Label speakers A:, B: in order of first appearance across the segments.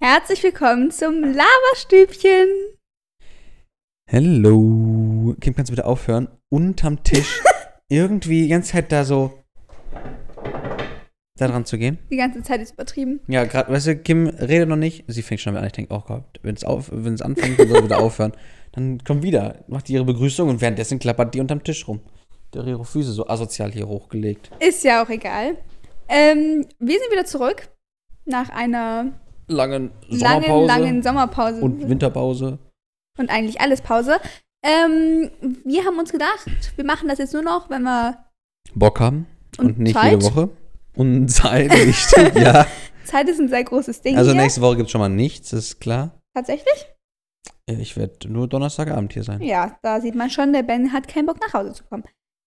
A: Herzlich willkommen zum Lavastübchen.
B: Hello. Kim, kannst du bitte aufhören? Unterm Tisch irgendwie die ganze Zeit da so da dran zu gehen.
A: Die ganze Zeit ist übertrieben.
B: Ja, gerade, weißt du, Kim redet noch nicht. Sie fängt schon wieder an. Ich denke, oh Gott, wenn es auf, wenn's anfängt, dann soll sie wieder aufhören. Dann kommt wieder, macht ihre Begrüßung und währenddessen klappert die unterm Tisch rum. Der ihre Füße so asozial hier hochgelegt.
A: Ist ja auch egal. Ähm, wir sind wieder zurück nach einer
B: Langen
A: langen,
B: Sommerpause
A: langen Sommerpause
B: und Winterpause.
A: und eigentlich alles Pause. Ähm, wir haben uns gedacht, wir machen das jetzt nur noch, wenn wir
B: Bock haben und,
A: Und
B: nicht
A: Zeit?
B: jede Woche. Und Zeit, richtig, ja.
A: Zeit ist ein sehr großes Ding
B: Also
A: hier.
B: nächste Woche gibt es schon mal nichts, ist klar.
A: Tatsächlich?
B: Äh, Ich werde nur Donnerstagabend hier sein.
A: Ja, da sieht man schon, der Ben hat keinen Bock nach Hause zu kommen.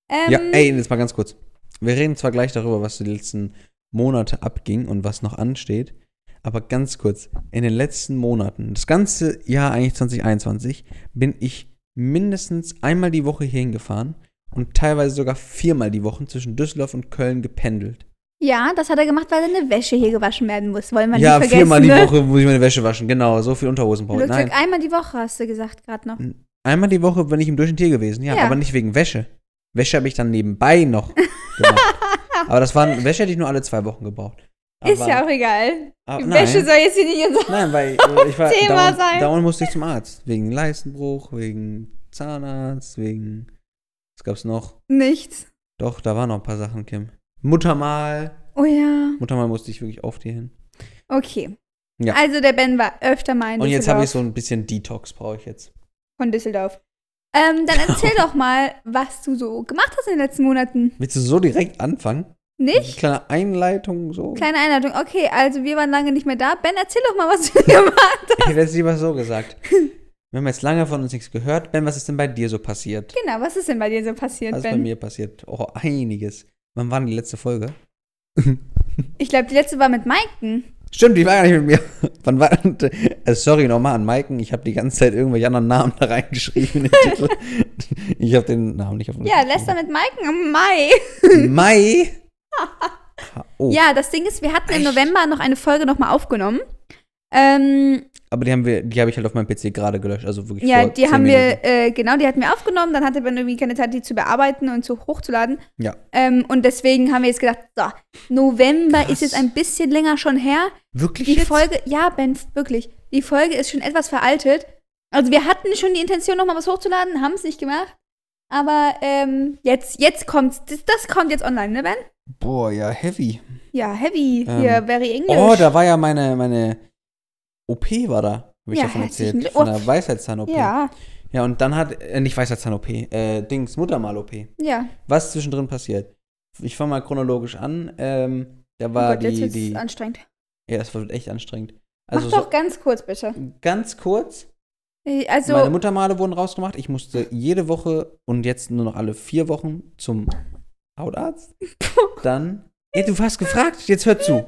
A: Ähm,
B: Ja, ey, jetzt mal ganz kurz. Wir reden zwar gleich darüber, was die letzten Monate abging und was noch ansteht, aber ganz kurz, in den letzten Monaten, das ganze Jahr eigentlich 2021, bin ich mindestens einmal die Woche hierhin gefahren und teilweise sogar viermal die Woche zwischen Düsseldorf und Köln gependelt.
A: ja, das hat er gemacht, weil seine Wäsche hier gewaschen werden muss. Wollen wir
B: ja,
A: nicht vergessen.
B: viermal die
A: ne?
B: Woche muss ich meine Wäsche waschen, genau, so viel Unterhosen brauche ich.
A: Lutzig,
B: Nein,
A: einmal die Woche hast du gesagt gerade noch.
B: einmal die Woche bin ich im Durchschnitt hier gewesen, ja,
A: Ja.
B: aber nicht wegen Wäsche. Wäsche habe ich dann nebenbei noch gemacht. Aber das waren Wäsche, hätte ich nur alle zwei Wochen gebraucht. Aber,
A: ist ja auch egal.
B: aber,
A: Die
B: nein,
A: Wäsche soll jetzt hier nicht unser
B: Nein, weil äh, ich war
A: Thema
B: dauernd,
A: sein.
B: dauernd musste ich zum Arzt. Wegen Leistenbruch, wegen Zahnarzt, wegen. Was gab's noch?
A: Nichts.
B: Doch, da waren noch ein paar Sachen, Kim. Muttermal.
A: Oh ja.
B: Muttermal musste ich wirklich auf die hin.
A: Okay.
B: Ja.
A: Also der Ben war öfter mal in
B: Und jetzt
A: Düsseldorf
B: habe ich so ein bisschen Detox, brauche ich jetzt.
A: von Düsseldorf. Ähm, dann erzähl doch mal, was du so gemacht hast in den letzten Monaten.
B: Willst du so direkt anfangen?
A: Nicht?
B: Kleine Einleitung, so.
A: Kleine Einladung. Okay, also wir waren lange nicht mehr da. Ben, erzähl doch mal, was du gemacht hast.
B: Ich hätte es lieber so gesagt. Wir haben jetzt lange von uns nichts gehört. Ben, was ist denn bei dir so passiert?
A: Genau, was ist denn bei dir so passiert,
B: Was ist bei
A: Ben?
B: mir passiert? Oh, einiges. Wann war denn die letzte Folge?
A: Ich glaube, die letzte war mit Maiken.
B: Stimmt, die war gar nicht mit mir. Wann war äh, Sorry nochmal an Maiken, ich habe die ganze Zeit irgendwelche anderen Namen da reingeschrieben in den Titel. Ich habe den Namen nicht auf dem
A: Ja, letzter mit Maiken im Mai.
B: Mai. Oh,
A: Ja, das Ding ist, wir hatten im
B: Echt?
A: November noch eine Folge nochmal aufgenommen. Ähm,
B: aber die haben wir, die habe ich halt auf meinem PC gerade gelöscht, also wirklich
A: Ja,
B: vor
A: die
B: 10
A: haben
B: Minuten.
A: wir, äh, genau, die hatten wir aufgenommen, dann hatte man irgendwie keine Zeit, die zu bearbeiten und zu hochzuladen.
B: Ja.
A: Ähm, und deswegen haben wir jetzt gedacht, so, November
B: Krass.
A: ist jetzt ein bisschen länger schon her.
B: wirklich
A: Die
B: jetzt?
A: Folge, ja, Ben, wirklich, die Folge ist schon etwas veraltet. Also wir hatten schon die Intention, nochmal was hochzuladen, haben es nicht gemacht. Aber ähm, jetzt, jetzt kommt's, das, das kommt jetzt online, ne, Ben?
B: Boah, ja, heavy.
A: Ja, heavy,
B: Ähm,
A: hier, very English.
B: Oh, da war ja meine meine OP war da, habe ich
A: Ja, herzlichen
B: davon erzählt,
A: Glückwunsch.
B: von der Weisheitszahn OP.
A: ja,
B: ja, und dann hat äh, nicht Weisheitszahn OP, äh Dings Muttermal OP.
A: ja.
B: was zwischendrin passiert. Ich fange mal chronologisch an. Ähm, da
A: Oh
B: war
A: Gott, jetzt
B: die,
A: wird's
B: die.
A: anstrengend.
B: Ja, das wird echt anstrengend.
A: Mach
B: Also
A: doch ganz kurz, bitte.
B: so ganz kurz.
A: Äh, Also,
B: Meine Muttermale wurden rausgemacht. Ich musste jede Woche und jetzt nur noch alle vier Wochen zum Hautarzt. Dann. Ja, du hast gefragt. Jetzt hör zu.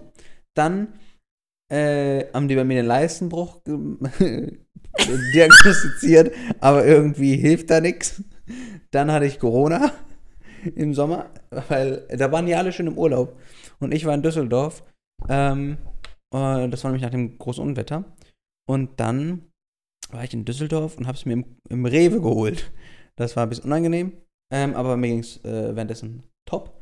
B: Dann äh, haben die bei mir den Leistenbruch ge- diagnostiziert, aber irgendwie hilft da nichts. Dann hatte ich Corona im Sommer, weil da waren ja alle schon im Urlaub. Und ich war in Düsseldorf. Ähm, äh, das war nämlich nach dem großen Unwetter. Und dann war ich in Düsseldorf und habe es mir im, im Rewe geholt. Das war ein bisschen unangenehm, ähm, aber mir ging es äh, währenddessen top.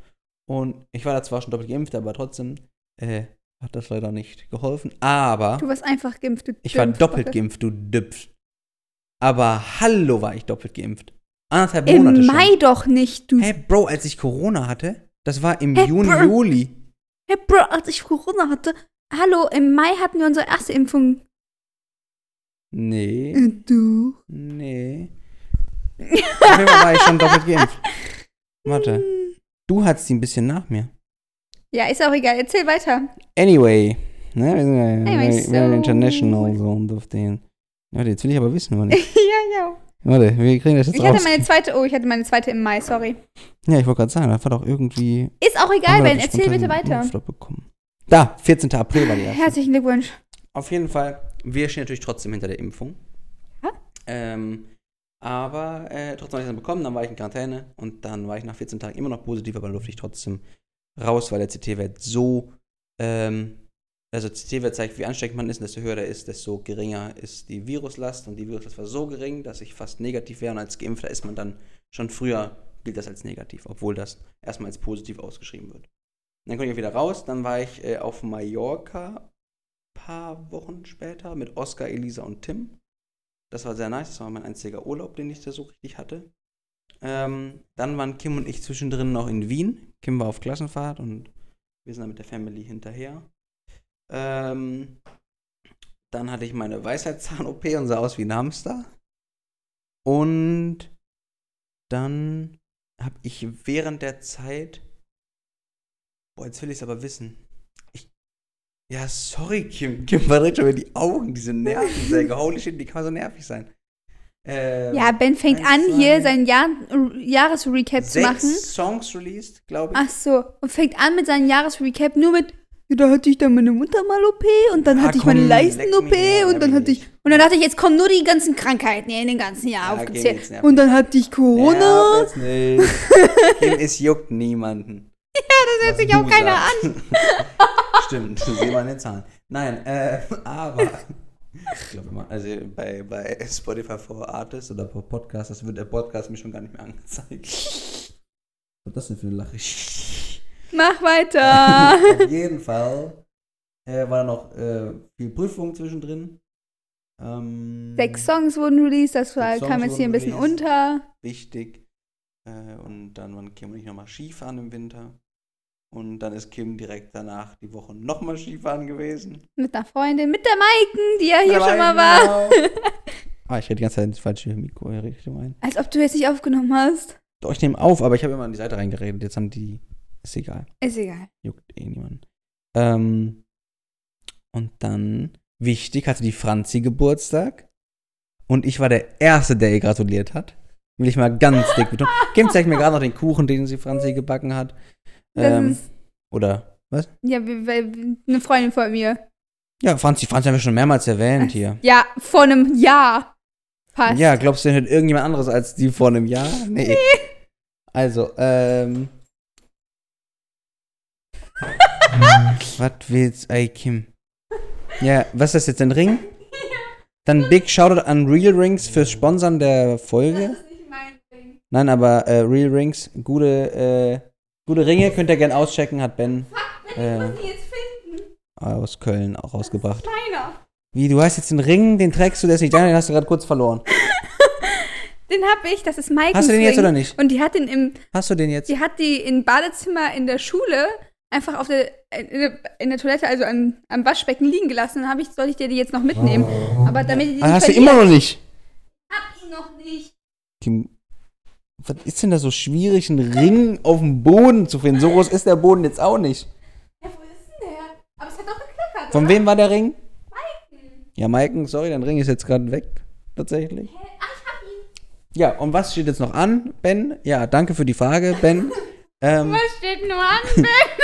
B: Und ich war da zwar schon doppelt geimpft, aber trotzdem äh, hat das leider nicht geholfen. Aber
A: du warst einfach geimpft. Du
B: ich war doppelt
A: Dümpfbacke.
B: geimpft, du Düpf. Aber hallo war ich doppelt geimpft. Anderthalb Monate
A: Im
B: schon.
A: Mai doch nicht, du.
B: Hey Bro, als ich Corona hatte, das war im
A: Hey,
B: Juni,
A: Bro.
B: Juli.
A: Hey, Bro, als ich Corona hatte. Hallo, im Mai hatten wir unsere erste Impfung.
B: Nee,
A: Äh, Du.
B: nee. Auf jeden Fall war ich schon doppelt geimpft. Warte,
A: Hm.
B: du hattest die ein bisschen nach mir.
A: Ja, ist auch egal. Erzähl
B: Hm.
A: weiter.
B: Anyway, ne, wir sind ja
A: Anyway,
B: wir- wir sind
A: so-
B: international so und auf den. Warte, jetzt will ich aber wissen, wann ich.
A: ja, ja.
B: Warte, wir kriegen das jetzt
A: Ich
B: raus.
A: hatte meine zweite, oh, ich hatte meine zweite im Mai, sorry.
B: Ja, ich wollte gerade sagen, da war doch irgendwie.
A: Ist auch
B: haben
A: egal,
B: wir
A: Ben.
B: doch
A: Erzähl
B: spontan
A: bitte
B: einen
A: weiter.
B: Auftrag Bekommen. Da, 14. April war die erste.
A: Herzlichen Glückwunsch.
B: Auf jeden Fall, wir stehen natürlich trotzdem hinter der Impfung.
A: Ja.
B: Ähm, aber äh, trotzdem habe ich es dann bekommen, dann war ich in Quarantäne und dann war ich nach 14 Tagen immer noch positiv, aber dann durfte ich trotzdem raus, weil der CT-Wert so ähm, äh, Also CT-Wert zeigt, wie ansteckend man ist, und desto höher der ist, desto geringer ist die Viruslast. Und die Viruslast war so gering, dass ich fast negativ wäre. Und als Geimpfter ist man dann schon früher, gilt das als negativ, obwohl das erstmal als positiv ausgeschrieben wird. Und dann konnte ich auch wieder raus. Dann war ich äh, auf Mallorca paar Wochen später mit Oscar, Elisa und Tim. Das war sehr nice. Das war mein einziger Urlaub, den ich da so richtig hatte. Ähm, dann waren Kim und ich zwischendrin noch in Wien. Kim war auf Klassenfahrt und wir sind dann mit der Family hinterher. Ähm, dann hatte ich meine Weisheitszahn-OP und sah aus wie ein Hamster. Und dann habe ich während der Zeit. Boah, jetzt will ich es aber wissen. Ich, ja, sorry, Kim. Kim verdreht schon wieder die Augen, diese Nervensäge. Holy shit, die kann so nervig sein. Ähm,
A: Ja, Ben fängt
B: eins,
A: an,
B: zwei,
A: hier seinen Jahr Jahresrecap zu
B: sechs
A: machen.
B: Songs released, glaube ich.
A: Ach so, und fängt an mit seinem Jahresrecap nur mit, ja, da hatte ich dann meine Mutter mal OP und dann
B: Ah,
A: hatte ich meine
B: komm, leck
A: Leisten-OP
B: mich, ja,
A: und
B: da
A: dann
B: bin
A: hatte ich,
B: ich.
A: und dann dachte ich, jetzt kommen nur die ganzen Krankheiten hier in dem ganzen Jahr
B: Ja, okay,
A: aufgezählt.
B: jetzt nervt
A: und dann hatte ich Corona.
B: Ja, jetzt nicht. Kim, es juckt niemanden. Ja, das
A: hört sich auch keiner
B: an. Stimmt, sehen wir in den Zahlen. Nein, äh, aber ich glaube immer, also bei, bei Spotify for Artists oder bei Podcasts, das wird der Podcast mir schon gar nicht mehr angezeigt. Was ist das denn für eine Lache?
A: Mach weiter.
B: Auf jeden Fall äh, war noch äh, viel Prüfung zwischendrin. Ähm,
A: Sechs Songs wurden released, das war,
B: Sechs Songs
A: kam jetzt hier ein
B: wurden
A: bisschen
B: released.
A: unter.
B: wichtig. Äh, und dann waren Kim und ich nochmal Skifahren im Winter. Und dann ist Kim direkt danach die Woche nochmal Skifahren gewesen.
A: Mit einer Freundin, mit der Maiken, die ja hier
B: Dabei,
A: schon mal war.
B: genau. ah, ich rede die ganze Zeit ins falsche Mikro äh, Richtung ein.
A: Als ob du jetzt nicht aufgenommen hast.
B: Doch, ich nehme auf, aber ich habe immer an die Seite reingeredet. Jetzt haben die. Ist egal.
A: Ist egal.
B: Juckt eh niemanden. Ähm, und dann, wichtig, hatte die Franzi Geburtstag. Und ich war der Erste, der ihr gratuliert hat. Will ich mal ganz dick betonen. Kim zeigt mir gerade noch den Kuchen, den sie Franzi gebacken hat.
A: Das
B: Ähm,
A: ist,
B: oder, was?
A: ja, wie- weil- eine Freundin von mir.
B: Ja, Franzi, Franzi haben wir schon mehrmals erwähnt hier.
A: Ja, vor einem Jahr. Passt.
B: Ja, glaubst du denn hört irgendjemand anderes als die vor einem Jahr? Nee. Also, ähm. was willst ey, Kim? Ja, was ist das jetzt, ein Ring? Dann Big Shoutout an Real Rings fürs Sponsern der Folge.
A: ist nicht mein Ding.
B: Nein, aber äh, Real Rings, gute, äh, gute Ringe könnt ihr gern auschecken, hat Ben äh,
A: die jetzt finden.
B: aus Köln auch rausgebracht.
A: Meiner.
B: Wie, du hast jetzt einen Ring, den trägst du, der ist nicht deiner, den hast du gerade kurz verloren.
A: Den hab ich, das ist Maikens
B: Hast du den jetzt
A: Ring.
B: oder nicht?
A: Und die hat den im,
B: Hast du den jetzt?
A: die hat die im Badezimmer in der Schule einfach auf der, in der, in der Toilette, also am, am Waschbecken liegen gelassen. Dann hab ich, soll ich dir die jetzt noch mitnehmen. Aber damit die nicht
B: Ah, hast du
A: verliert-
B: immer noch nicht?
A: hab ihn noch nicht.
B: Kim, was ist denn da so schwierig, einen Ring auf dem Boden zu finden? So groß ist der Boden jetzt auch nicht.
A: Ja, wo ist denn der? Aber es hat doch geknackert.
B: Von wem war der Ring? Ja, Maiken, sorry, dein Ring ist jetzt gerade weg, tatsächlich.
A: Ah,
B: Ja, und was steht jetzt noch an, Ben? Ja, danke für die Frage, Ben. Ähm,
A: Was steht nur an?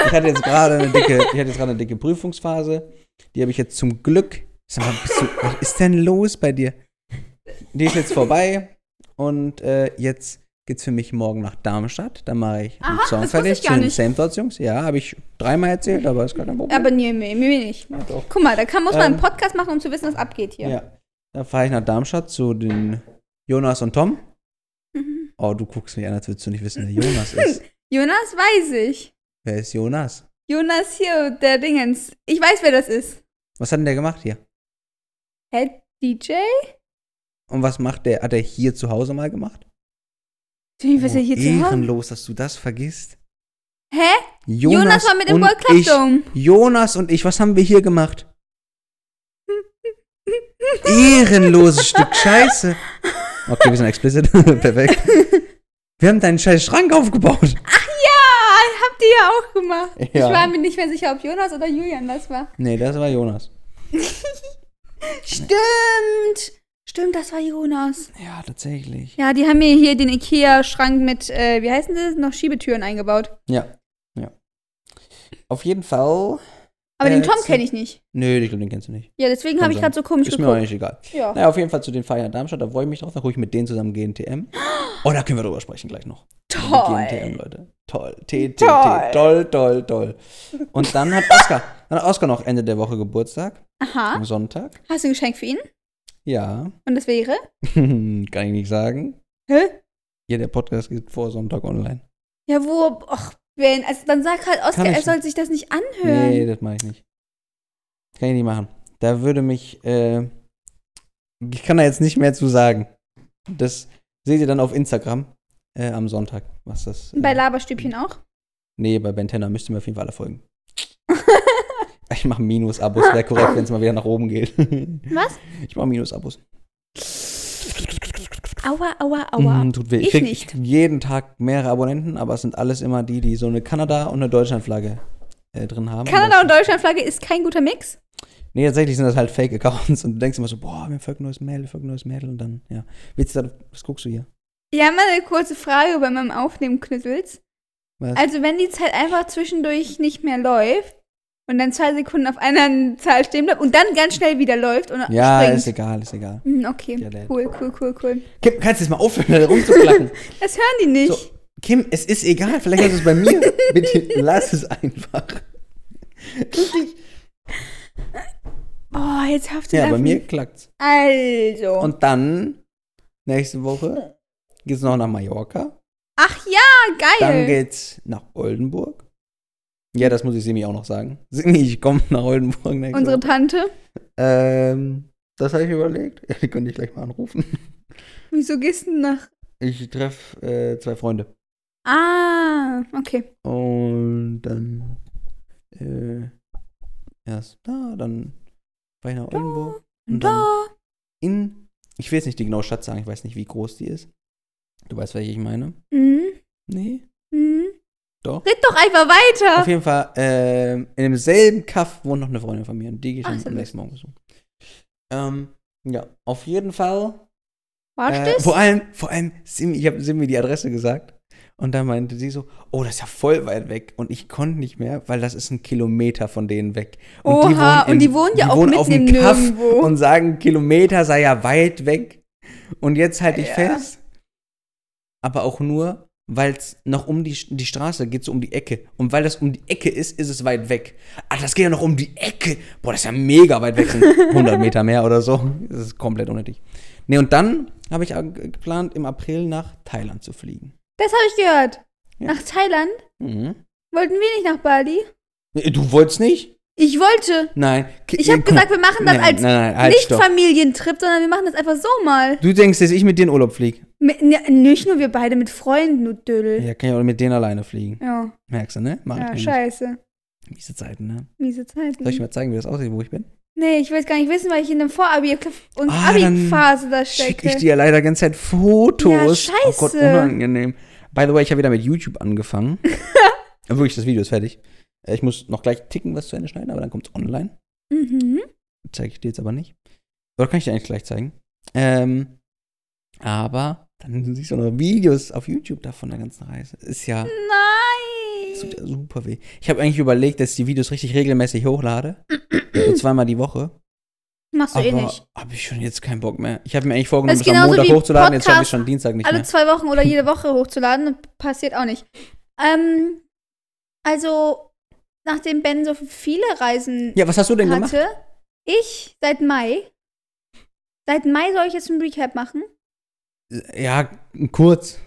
B: ich hatte jetzt gerade eine dicke, ich hatte jetzt gerade eine dicke Prüfungsphase. Die habe ich jetzt zum Glück. Sag mal, bist du, was ist denn los bei dir? Die ist jetzt vorbei und äh, jetzt geht's für mich morgen nach Darmstadt. Da mache ich einen
A: Aha,
B: Song
A: das wusste
B: fertig
A: ich gar
B: zu den
A: nicht.
B: Same Thoughts Jungs. Ja, habe ich dreimal erzählt, aber ist gar kein Problem.
A: Aber nee, nee, nee, nicht.
B: ja, doch.
A: Guck mal, da kann, muss man einen
B: Ähm.
A: Podcast machen, um zu wissen, was abgeht hier.
B: ja. Da fahre ich nach Darmstadt zu den Jonas und Tom.
A: Mhm.
B: Oh, du guckst mich an, als würdest du nicht wissen, wer Jonas ist.
A: Jonas weiß ich.
B: Wer ist Jonas?
A: Jonas hier, der Dingens. Ich weiß, wer das ist.
B: Was hat denn der gemacht hier?
A: Head DJ?
B: Und was macht der? Hat er hier zu Hause mal gemacht? Oh,
A: Ich weiß ja hier zu Hause.
B: ehrenlos, dass du das vergisst.
A: Hä? Jonas, war mit im
B: und
A: World Club
B: ich,
A: Dome.
B: Jonas und ich, was haben wir hier gemacht? Ehrenloses Stück Scheiße. Okay, wir sind explicit. Perfekt. Wir haben deinen scheiß Schrank aufgebaut.
A: Ja, habt ihr ja auch gemacht.
B: Ja.
A: Ich war mir nicht mehr sicher, ob Jonas oder Julian das war.
B: Nee, das war Jonas.
A: Stimmt. Stimmt, das war Jonas.
B: Ja, tatsächlich.
A: Ja, die haben mir hier den Ikea-Schrank mit, äh, wie heißen sie, noch Schiebetüren eingebaut.
B: Ja. ja. Auf jeden Fall.
A: Aber den
B: Äh,
A: Tom
B: zu-
A: kenne ich nicht.
B: Nö, ich glaube, den kennst du nicht.
A: Ja, deswegen
B: Kann
A: habe ich gerade so komisch
B: Ist mir auch
A: geguckt.
B: nicht egal.
A: Ja.
B: Naja, auf jeden Fall zu den Feiern Darmstadt, da freue ich mich drauf. Da gucke ich mit denen zusammen GNTM. Oh, da können wir drüber sprechen gleich noch.
A: Toll.
B: Die GNTM, Leute. Toll. T, T,
A: Toll.
B: T. Toll, toll, toll. Und dann hat Oskar, dann hat Oskar noch Ende der Woche Geburtstag,
A: Aha.
B: am Sonntag.
A: Hast du ein Geschenk für ihn?
B: Ja,
A: Und das wäre?
B: kann ich nicht sagen.
A: Hä?
B: Ja, der Podcast geht vor Sonntag online.
A: Ja, wo? Och, Ben. Also dann sag halt Oskar,
B: Kann ich
A: er soll sich das nicht anhören.
B: Nee, das mache ich nicht. Kann ich nicht machen. Da würde mich, äh, ich kann da jetzt nicht mehr zu sagen. Das seht ihr dann auf Instagram äh, am Sonntag, was das. Äh,
A: Und Bei Laberstübchen auch.
B: Nee, bei Bentana müsst ihr mir auf jeden Fall alle folgen. Ich mache Minus-Abos, wäre korrekt, wenn es mal wieder nach oben geht.
A: Was?
B: Ich mache Minus-Abos.
A: Aua, aua, aua.
B: Mm, tut weh.
A: Ich
B: krieg
A: nicht.
B: jeden Tag mehrere Abonnenten, aber es sind alles immer die, die so eine Kanada- und eine Deutschlandflagge äh, drin haben.
A: Kanada
B: Das-
A: und Deutschlandflagge ist kein guter Mix.
B: Nee, tatsächlich sind das halt Fake-Accounts und du denkst immer so, boah, mir folgt ein neues Mädel, folgt ein neues Mädel und dann, ja. Willst du da, was guckst du hier?
A: Ja, mal eine kurze Frage bei meinem Aufnehmen knüttels.
B: Was?
A: Also wenn die Zeit einfach zwischendurch nicht mehr läuft und dann zwei Sekunden auf einer Zahl stehen bleibt und dann ganz schnell wieder läuft und
B: Ja,
A: springt.
B: ist egal, ist egal.
A: Hm, okay,
B: Ja, der-
A: cool, cool, cool, cool.
B: Kim, kannst du jetzt mal aufhören, da rumzuklacken?
A: Das hören die nicht.
B: So. Kim, es ist egal, vielleicht hast du es bei mir. Bitte lass es einfach. Wirklich?
A: Oh, jetzt hofft
B: Ja, bei mir klackt's.
A: Also.
B: Und dann, nächste Woche, geht's noch nach Mallorca.
A: Ach ja, geil.
B: Dann geht's nach Oldenburg. Ja, das muss ich Simi auch noch sagen. Simi, ich komme nach Oldenburg nächste
A: Unsere Tante.
B: Ähm, das habe ich mir überlegt. Ja, die könnte ich gleich mal anrufen.
A: Wieso gehst du denn nach?
B: Ich treffe äh, zwei Freunde.
A: Ah, okay.
B: Und dann. Äh, erst da, dann war ich nach
A: Da,
B: Oldenburg.
A: Und
B: Und dann
A: da.
B: in. Ich will jetzt nicht die genaue Stadt sagen, ich weiß nicht, wie groß die ist. Du weißt, welche ich meine?
A: Mhm.
B: Nee.
A: Mhm.
B: Doch.
A: Red doch einfach
B: Auf
A: weiter.
B: jeden Fall, ähm, in demselben Kaff wohnt noch eine Freundin von mir und die gehe ich
A: Ach,
B: am
A: sehr
B: am nächsten
A: lustig.
B: Morgen besuchen. Ähm, ja, auf jeden Fall
A: Warst
B: Äh,
A: du's?
B: vor allem, vor allem, Simi, ich habe Simi die Adresse gesagt. Und dann meinte sie so, oh, das ist ja voll weit weg. Und ich konnte nicht mehr, weil das ist ein Kilometer von denen weg. Und
A: Oha,
B: im-
A: und die wohnen ja auch mitten
B: auf dem
A: im
B: Kaff
A: Nirgendwo.
B: Und sagen, Kilometer sei ja weit weg. Und jetzt halte ich
A: Ja.
B: fest. Aber auch nur, weil es noch um die, die Straße geht, so um die Ecke. Und weil das um die Ecke ist, ist es weit weg. Ach, das geht ja noch um die Ecke. Boah, das ist ja mega weit weg. Sind 100 Meter mehr oder so. Das ist komplett unnötig. Nee, und dann habe ich äh, geplant, im April nach Thailand zu fliegen.
A: Das habe ich gehört.
B: Ja.
A: Nach Thailand wollten wir nicht nach Bali.
B: Nee, Äh, Du wolltest nicht?
A: Ich wollte.
B: Nein. Ki-
A: Ich habe
B: nee, guck mal.
A: gesagt, wir machen das
B: Nein,
A: als
B: nein, nein, halt,
A: nicht
B: stopp.
A: Familientrip, sondern wir machen das einfach so mal.
B: Du denkst, dass ich mit denen Urlaub fliege?
A: Mit, ne, nicht nur wir beide mit Freunden, du Dödel.
B: Ja, kann ich auch mit denen alleine fliegen.
A: Ja,
B: Merkst du, ne? Mach
A: ja,
B: ich
A: scheiße.
B: nicht. Diese Zeiten, ne?
A: Miese Zeiten.
B: Soll ich dir mal zeigen, wie das aussieht, wo ich bin?
A: Nee, ich will es gar nicht wissen, weil ich in der Vorabi- und
B: Ah,
A: Abi-Phase da
B: Schick
A: stecke.
B: ich dir leider die ganze Zeit Fotos.
A: ne? Ja,
B: Oh Gott,
A: scheiße.
B: unangenehm. By the way, ich habe wieder mit YouTube angefangen. Wirklich, das Video ist fertig. Äh, Ich muss noch gleich ticken, was zu Ende schneiden, aber dann kommt es online.
A: mhm.
B: Zeige ich dir jetzt aber nicht. Oder kann ich dir eigentlich gleich zeigen? Ähm, aber dann siehst du noch Videos auf YouTube davon der ganzen Reise. Ist ja das tut
A: Nein.
B: ja super weh. Ich habe eigentlich überlegt, dass ich die Videos richtig regelmäßig hochlade. so zweimal die Woche.
A: Machst du eh
B: aber
A: nicht.
B: habe ich schon jetzt keinen Bock mehr. Ich habe mir eigentlich vorgenommen,
A: Das ist
B: es am
A: genauso
B: Montag
A: wie
B: hochzuladen. Jetzt schaffe ich
A: Podcast
B: schon Dienstag nicht
A: Alle
B: mehr.
A: zwei Wochen oder jede Woche hochzuladen, passiert auch nicht. Ähm, also, nachdem Ben so viele Reisen
B: Ja, was hast du denn gemacht?
A: hatte, ich seit Mai, seit Mai soll ich jetzt einen Recap machen?
B: Ja, kurz.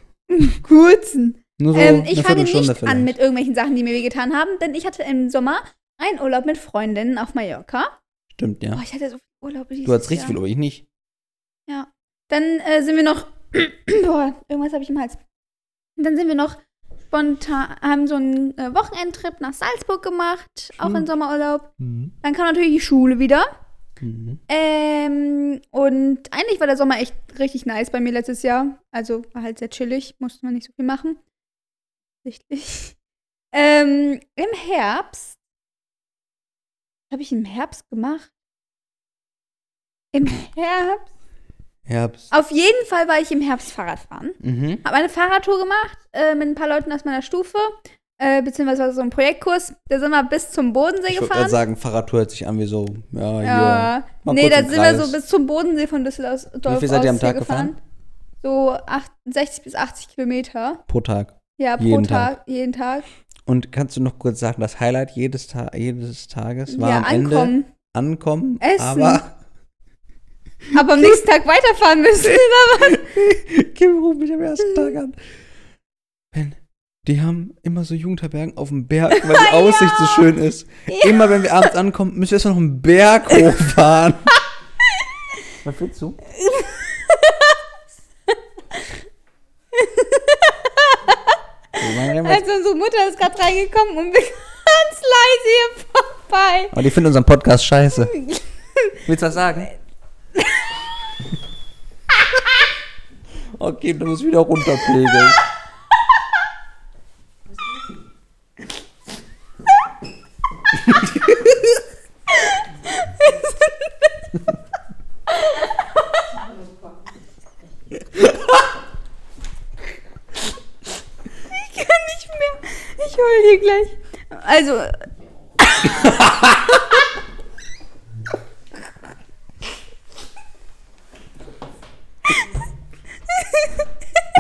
A: Kurzen.
B: Nur so
A: ähm, ich
B: Also, eine
A: fange
B: Viertelstunde
A: nicht an
B: vielleicht.
A: mit irgendwelchen Sachen, die mir wehgetan haben, denn ich hatte im Sommer einen Urlaub mit Freundinnen auf Mallorca.
B: Stimmt, ja.
A: Boah, ich hatte so viel Urlaub.
B: Du hattest richtig viel, aber ich nicht.
A: Dann äh, sind wir noch. Boah, irgendwas habe ich im Hals. Und dann sind wir noch spontan, haben so einen äh, Wochenendtrip nach Salzburg gemacht, auch
B: Hm.
A: im Sommerurlaub.
B: Mhm.
A: Dann kam natürlich die Schule wieder.
B: Mhm.
A: Ähm, und eigentlich war der Sommer echt richtig nice bei mir letztes Jahr. Also war halt sehr chillig, musste man nicht so viel machen. Sichtlich. Ähm, im Herbst. Was habe ich im Herbst gemacht? Im Herbst.
B: Herbst.
A: Auf jeden Fall war ich im Herbst Fahrradfahren.
B: Mhm.
A: Habe eine Fahrradtour gemacht äh, mit ein paar Leuten aus meiner Stufe. Äh, beziehungsweise war so ein Projektkurs. Da sind wir bis zum Bodensee
B: Ich würde
A: gefahren.
B: gerade sagen, Fahrradtour hört sich an wie so, ja, hier.
A: ja.
B: Mal
A: Nee,
B: kurz
A: da
B: im
A: sind wir
B: Kreis.
A: so bis zum Bodensee von Düsseldorf
B: Wie viel seid ihr am
A: aus
B: Tag
A: So acht- 60 bis 80 Kilometer.
B: Pro Tag.
A: Ja, pro
B: Jeden
A: Tag, jeden Tag.
B: Und kannst du noch kurz sagen, das Highlight jedes, Ta jedes Tages war
A: ja,
B: am Ende
A: ankommen.
B: ankommen,
A: Essen.
B: aber
A: Aber am nächsten Tag weiterfahren müssen.
B: Kim ruft mich am ersten Tag an. Ben, die haben immer so Jugendherbergen auf dem Berg, weil die Aussicht so schön ist. Immer wenn wir abends ankommen, müssen wir erstmal noch einen Berg hochfahren. Was willst du?
A: Als Also unsere Mutter ist gerade reingekommen und wir ganz leise hier vorbei.
B: Aber die finden unseren Podcast scheiße. Willst du was sagen? okay, du musst wieder runterpegeln.
A: Ich kann nicht mehr. Ich hol dir gleich. Also.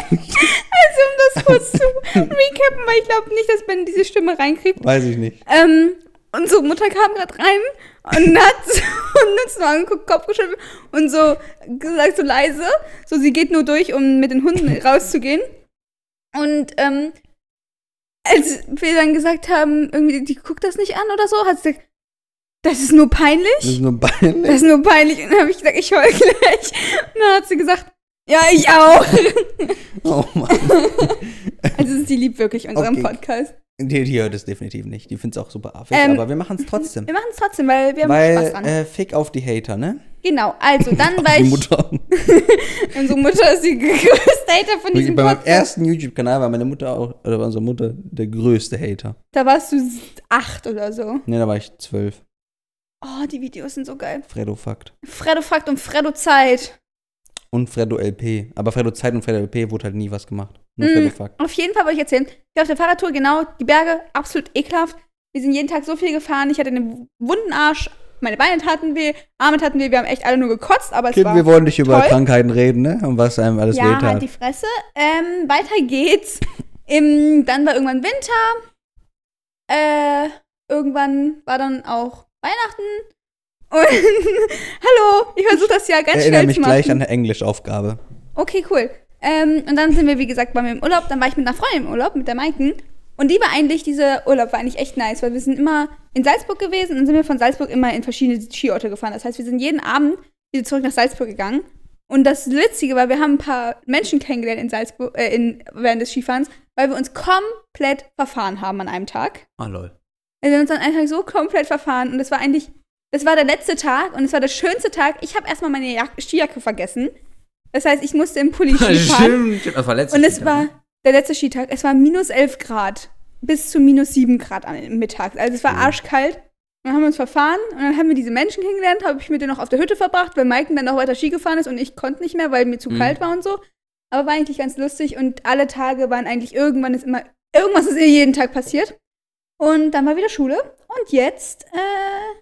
A: also, um das kurz zu recappen, weil ich glaube nicht, dass Ben diese Stimme reinkriegt.
B: Weiß ich nicht.
A: Ähm, unsere Mutter kam gerade rein und hat so- und uns nur angeguckt, Kopf geschüttelt und so gesagt, so leise. So, sie geht nur durch, um mit den Hunden rauszugehen. Und ähm, als wir dann gesagt haben, irgendwie, die guckt das nicht an oder so, hat sie gesagt, das ist nur
B: Das ist
A: peinlich.
B: nur peinlich.
A: Das ist nur peinlich. Und dann habe ich gesagt, ich heul gleich. Und dann hat sie gesagt, ja, ich auch.
B: Oh Mann.
A: Also sie liebt wirklich unseren
B: Okay.
A: Podcast.
B: Die, die hört es definitiv nicht. Die findet es auch super affig.
A: Ähm,
B: aber wir machen es trotzdem.
A: Wir machen es trotzdem, weil wir haben Spaß
B: Weil,
A: dran.
B: äh, fick auf die Hater, ne?
A: genau, also dann war
B: die
A: ich
B: Mutter.
A: Unsere Mutter ist die größte Hater von
B: Bei
A: diesem
B: meinem
A: Podcast.
B: ersten YouTube-Kanal war meine Mutter auch, oder war unsere Mutter der größte Hater.
A: Da warst du s- acht oder so.
B: Ne, da war ich zwölf.
A: Oh, die Videos sind so geil.
B: Fredo Fakt.
A: Freddo fragt um Freddo Zeit.
B: Und Fredo LP. Aber Fredo Zeit und Fredo LP wurde halt nie was gemacht. Nur
A: Mm,
B: Fredo Fakt.
A: auf jeden Fall wollte ich erzählen. Ich war auf der Fahrradtour, genau, die Berge, absolut ekelhaft. Wir sind jeden Tag so viel gefahren. Ich hatte einen wunden Arsch. Meine Beine taten weh, Arme taten weh. Wir haben echt alle nur gekotzt, aber es
B: Kind,
A: war...
B: wir wollen nicht über
A: toll.
B: Krankheiten reden, ne? Und was einem alles
A: ja,
B: wehtat.
A: halt die Fresse. Ähm, weiter geht's. Im, dann war irgendwann Winter. Äh, irgendwann war dann auch Weihnachten. Und hallo, ich versuche das ja ganz
B: Erinnere
A: schnell
B: mich
A: zu machen.
B: gleich an eine Englischaufgabe.
A: Okay, cool. Ähm, und dann sind wir, wie gesagt, bei mir im Urlaub. Dann war ich mit einer Freundin im Urlaub, mit der Maiken. Und die war eigentlich, dieser Urlaub war eigentlich echt nice, weil wir sind immer in Salzburg gewesen und dann sind wir von Salzburg immer in verschiedene Skiorte gefahren. Das heißt, wir sind jeden Abend wieder zurück nach Salzburg gegangen. Und das Witzige war, wir haben ein paar Menschen kennengelernt in Salzburg, äh, in, während des Skifahrens, weil wir uns komplett verfahren haben an einem Tag.
B: Ah, lol.
A: Also wir haben uns dann einfach so komplett verfahren und es war eigentlich, das war der letzte Tag und es war der schönste Tag. Ich habe erstmal meine Jack Skijacke vergessen. Das heißt, ich musste im Pulli Ski fahren.
B: Das war letztes
A: Und es war der letzte Skitag. Es war minus 11 Grad bis zu minus 7 Grad am Mittag. Also es war
B: Mhm.
A: arschkalt. Und Dann haben wir uns verfahren und dann haben wir diese Menschen kennengelernt, habe ich mit denen noch auf der Hütte verbracht, weil Maiken dann noch weiter Ski gefahren ist und ich konnte nicht mehr, weil mir zu
B: Mhm.
A: kalt war und so. Aber war eigentlich ganz lustig und alle Tage waren eigentlich irgendwann ist immer, irgendwas ist ihr jeden Tag passiert. Und dann war wieder Schule und jetzt, äh,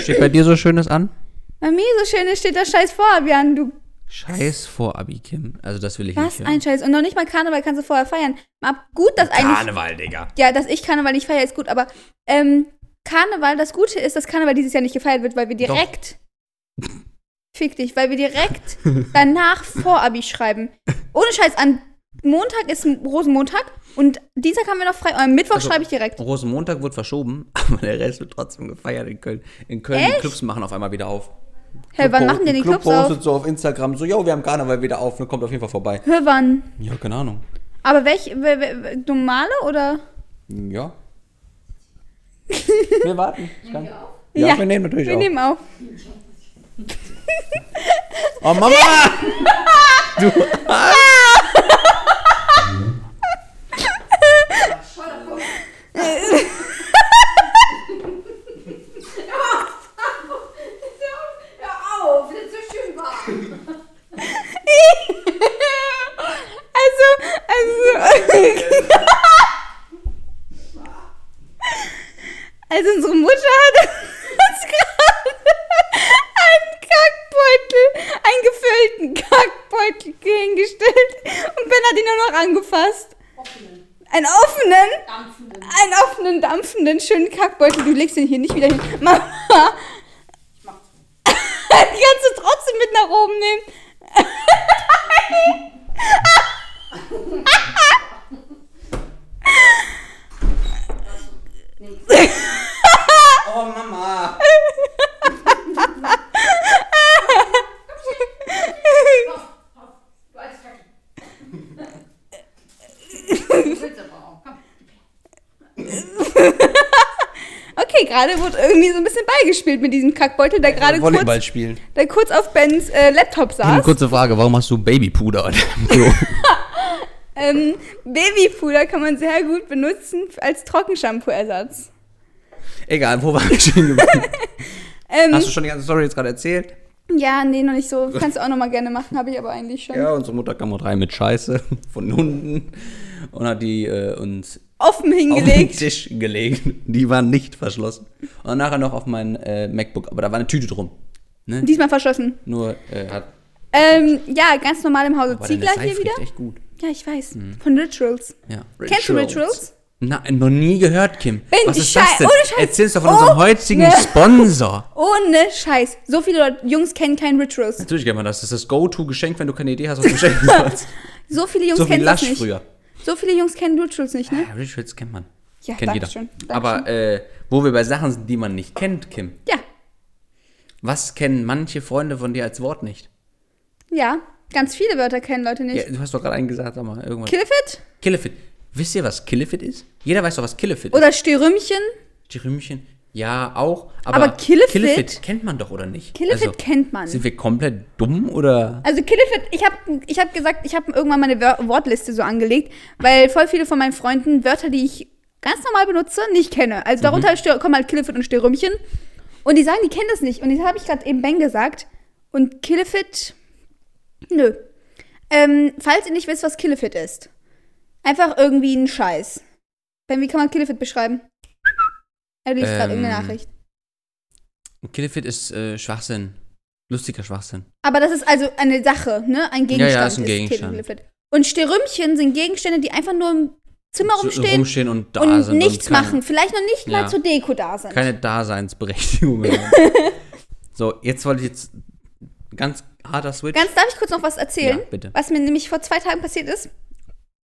B: Steht bei dir so Schönes an?
A: bei mir so schön ist, steht das Scheiß Fabian, du
B: Scheiß vor Abi, Kim. Also das will ich
A: was ein Scheiß. Und noch nicht mal Karneval kannst du vorher feiern. Mal gut, dass eigentlich
B: Karneval, Digga.
A: ja, dass ich Karneval nicht feiere, ist gut, aber ähm, Karneval, das Gute ist, dass Karneval dieses Jahr nicht gefeiert wird, weil wir
B: Doch.
A: direkt. Fick dich, weil wir direkt danach Vorabi schreiben. Ohne Scheiß, an Montag ist Rosenmontag und Dienstag haben wir noch frei. Und Mittwoch
B: Also-
A: schreibe ich direkt.
B: Rosenmontag wird verschoben, aber der Rest wird trotzdem gefeiert in Köln. In Köln, die Clubs machen auf einmal wieder auf.
A: Hä, wann machen denn die Clubs
B: Club
A: auf?
B: postet so auf Instagram so, yo, wir haben Karneval wieder auf, ne, kommt auf jeden Fall vorbei.
A: Hör wann?
B: Ja, keine Ahnung.
A: Aber welche, we- we- we- normale oder?
B: Hm, Ja. wir warten. Ich kann-
A: Ja,
B: Ja, wir nehmen natürlich
A: Wir
B: auch.
A: nehmen auf.
B: Oh, Mama! du
C: Hör auf, das ist so schön warm.
A: Also, also. also nur noch angefasst.
C: Offenen,
A: Einen offenen,
C: dampfenden.
A: einen offenen, dampfenden, schönen Kackbeutel. Du legst den hier nicht wieder hin. Mama,
C: Ich mach's.
A: die kannst du trotzdem mit nach oben nehmen.
C: Nee.
B: Oh, Mama.
C: Du altes Kacke. Du willst aber auch. Komm.
A: Okay, gerade wurde irgendwie so ein bisschen beigespielt mit diesem Kackbeutel, der gerade
B: Volleyball Genau.
A: kurz,
B: spielen.
A: der kurz auf Bens äh, Laptop
D: Eine
A: saß.
D: kurze Frage, warum hast du Babypuder an deinem Klo?
A: Ähm, Babypuder kann man sehr gut benutzen als Trockenshampoo-Ersatz.
B: Egal, wo waren wir stehen geblieben?
A: Ähm,
B: Hast du schon die ganze Story jetzt gerade erzählt?
A: ja, nee, noch nicht so. Kannst du auch noch mal gerne machen, habe ich aber eigentlich schon.
B: Ja, unsere Mutter kam auch rein mit Scheiße von Hunden und hat die äh, uns
A: Offen
B: auf den
A: hingelegt.
B: Tisch gelegt. Die waren nicht verschlossen. Und nachher noch auf mein äh, MacBook. Aber da war eine Tüte drum. Ne?
A: Diesmal verschlossen.
B: Nur äh, hat
A: Ähm, ja, ganz normal im Hause
B: aber deine
A: Ziegler hier
B: Seife
A: wieder.
B: riecht echt Hm. gut.
A: Ja, ich weiß. Von Rituals.
B: Ja.
A: Kennst du Rituals?
B: Nein, noch nie gehört, Kim.
A: Ben,
B: Was
A: die
B: ist das
A: Schei-
B: denn?
A: ohne Scheiß. Oh, ne.
B: Erzähl's doch von unserem
A: Ohne-
B: heutigen Sponsor.
A: Ohne Scheiß. So viele Leute, Jungs kennen kein Rituals.
B: Natürlich kennt man das. Das ist das Go-To-Geschenk, wenn du keine Idee hast, was du schenken sollst.
A: So viele Jungs
B: so wie
A: kennen das
B: Lush
A: nicht.
B: früher.
A: So viele Jungs kennen Rituals nicht, ne?
B: Ja, Rituals kennt man.
A: Ja,
B: kennt jeder.
A: Dankeschön, Dankeschön.
B: Aber äh, wo wir bei Sachen sind, die man nicht kennt, Kim.
A: Ja,
B: Was kennen manche Freunde von dir als Wort nicht?
A: ja. Ganz viele Wörter kennen Leute nicht.
B: Ja, du hast doch gerade einen gesagt, sag mal, irgendwas.
A: Killefit?
B: Killefit. Wisst ihr, was Killefit ist? Jeder weiß doch, was Killefit ist.
A: Oder Stürümchen?
B: Die Rühmchen, ja, auch. Aber,
A: Aber Killefit?
B: kennt man doch, oder nicht?
A: Killefit
B: also,
A: kennt man.
B: Sind wir komplett dumm, oder?
A: Also Killefit, ich habe ich hab gesagt, ich habe irgendwann meine Wör Wortliste so angelegt, weil voll viele von meinen Freunden Wörter, die ich ganz normal benutze, nicht kenne. Also
B: Mhm.
A: darunter stö- kommen halt Killefit und Störrümchen. Und die sagen, die kennen das nicht. Und das habe ich gerade eben Ben gesagt. Und Killefit, nö. Ähm, falls ihr nicht wisst, was Killefit ist, einfach irgendwie ein Scheiß. Ben, wie kann man Killefit beschreiben? Er liest gerade
B: Ähm.
A: irgendeine Nachricht.
B: Killefit ist äh, Schwachsinn. Lustiger Schwachsinn.
A: Aber das ist also eine Sache, ne? Ein Gegenstand.
B: Ja, ja, ist ein Gegenstand.
A: Killefit. Und Sterümchen sind Gegenstände, die einfach nur im Zimmer
B: So
A: rumstehen
B: rumstehen und da
A: und
B: sind.
A: nichts
B: keine,
A: machen. Vielleicht noch nicht
B: Ja.
A: mal zur Deko da sind.
B: Keine Daseinsberechtigung. mehr. so, jetzt wollte ich jetzt ganz harter Switch.
A: Ganz, darf ich kurz noch was erzählen?
B: Ja, bitte.
A: Was mir nämlich vor zwei Tagen passiert ist.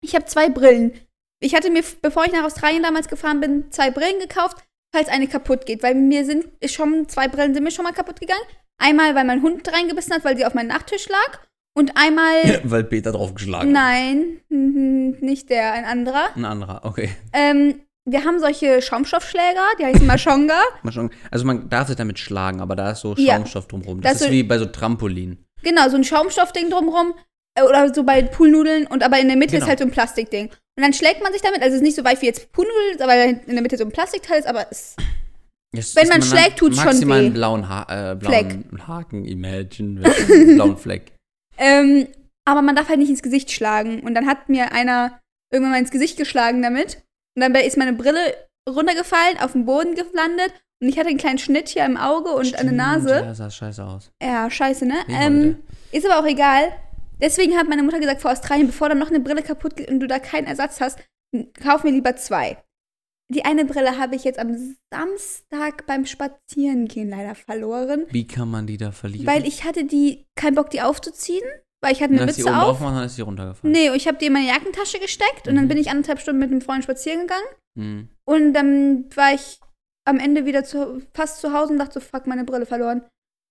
A: Ich habe zwei Brillen. Ich hatte mir, bevor ich nach Australien damals gefahren bin, zwei Brillen gekauft, falls eine kaputt geht. Weil mir sind ist schon, zwei Brillen sind mir schon mal kaputt gegangen. Einmal, weil mein Hund reingebissen hat, weil sie auf meinen Nachttisch lag. Und einmal,
B: Weil Peter draufgeschlagen hat.
A: nein, mhm, nicht der, ein anderer.
B: Ein anderer, okay.
A: Ähm, wir haben solche Schaumstoffschläger, die heißen Machonga.
B: Mal schauen. Also man darf sich damit schlagen, aber da ist so
A: Ja.
B: Schaumstoff drumherum.
A: Das
B: Das, ist
A: so-
B: wie bei so Trampolin.
A: genau, so ein Schaumstoffding drumrum. äh, Oder so bei Poolnudeln und aber in der Mitte
B: Genau.
A: ist halt so ein Plastikding. Und dann schlägt man sich damit, also es ist nicht so weich wie jetzt Poolnudeln, aber halt in der Mitte so ein Plastikteil ist, aber es,
B: Jetzt
A: Wenn
B: ist
A: man
B: an
A: schlägt, tut's schon
B: maximalen
A: weh.
B: blauen, ha äh, blauen Haken, imagine. wenn- blauen Fleck.
A: ähm, aber man darf halt nicht ins Gesicht schlagen. Und dann hat mir einer irgendwann mal ins Gesicht geschlagen damit. Und dann ist meine Brille runtergefallen, auf den Boden gelandet. Und ich hatte einen kleinen Schnitt hier im Auge und an der
B: Stimmt,
A: Nase.
B: Ja, sah scheiße aus.
A: Ja, scheiße, ne?
B: Nehmen wir
A: Ähm, ist aber auch egal. Deswegen hat meine Mutter gesagt, vor Australien, bevor da noch eine Brille kaputt geht und du da keinen Ersatz hast, n- kauf mir lieber zwei. Die eine Brille habe ich jetzt am Samstag beim Spazierengehen leider verloren,
B: Wie kann man die da verlieren?
A: weil ich hatte die keinen Bock, die aufzuziehen, weil ich hatte
B: Dann
A: eine
B: hast du die
A: Mütze
B: oben
A: auf.
B: drauf machen, dann ist die runtergefallen.
A: Nee, und ich habe die in meine Jackentasche gesteckt und dann
B: Mhm.
A: bin ich anderthalb Stunden mit einem Freund spazieren gegangen
B: Hm.
A: und dann war ich am Ende wieder zu, fast zu Hause und dachte so, fuck, meine Brille verloren.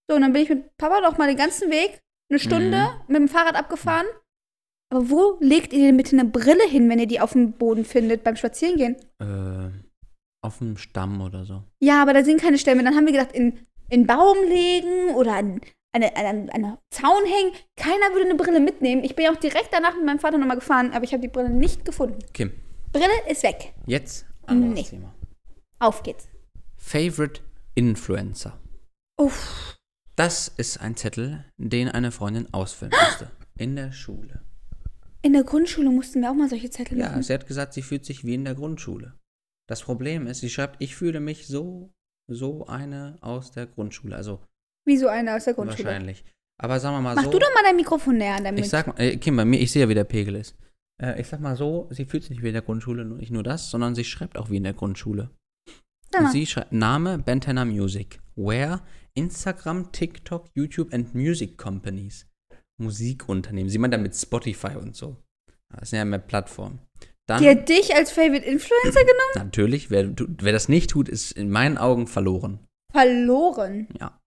A: So, und dann bin ich mit Papa noch mal den ganzen Weg, eine Stunde, mit dem Fahrrad abgefahren. Aber wo legt ihr denn bitte eine Brille hin, wenn ihr die auf dem Boden findet beim Spazierengehen?
B: Äh, auf dem Stamm oder so.
A: Ja, aber da sind keine Stämme. Dann haben wir gedacht, in, in Baum legen oder an an eine, an einen- an einen Zaun hängen. Keiner würde eine Brille mitnehmen. Ich bin ja auch direkt danach mit meinem Vater nochmal gefahren, aber ich habe die Brille nicht gefunden.
B: Kim,
A: Brille ist weg.
B: jetzt anderes
A: Nee.
B: Thema.
A: Auf geht's.
B: Favorite Influencer.
A: Uff.
B: Das ist ein Zettel, den eine Freundin ausfüllen musste. In der Schule.
A: In der Grundschule mussten wir auch mal solche Zettel
B: Ja,
A: machen.
B: sie hat gesagt, sie fühlt sich wie in der Grundschule. Das Problem ist, sie schreibt, ich fühle mich so, so eine aus der Grundschule. Also
A: Wie so einer aus der Grundschule.
B: wahrscheinlich. Aber sagen wir mal
A: Mach
B: so.
A: du doch mal dein Mikrofon näher an dein
B: Also
A: Mund.
B: ich sag mal, äh, Kim, bei mir, ich sehe ja, wie der Pegel ist. Äh, ich sag mal so, sie fühlt sich nicht wie in der Grundschule, nur nicht nur das, sondern sie schreibt auch wie in der Grundschule.
A: Sag mal.
B: Sie schreibt Name Bantana Music. Where? Instagram, TikTok, YouTube and Music Companies. Musikunternehmen. Sie meint damit Spotify und so. Das sind ja mehr Plattformen. Dann,
A: Die hat dich als Favorite Influencer genommen?
B: natürlich, wer, tu- wer das nicht tut, ist in meinen Augen verloren.
A: Verloren.
B: Ja.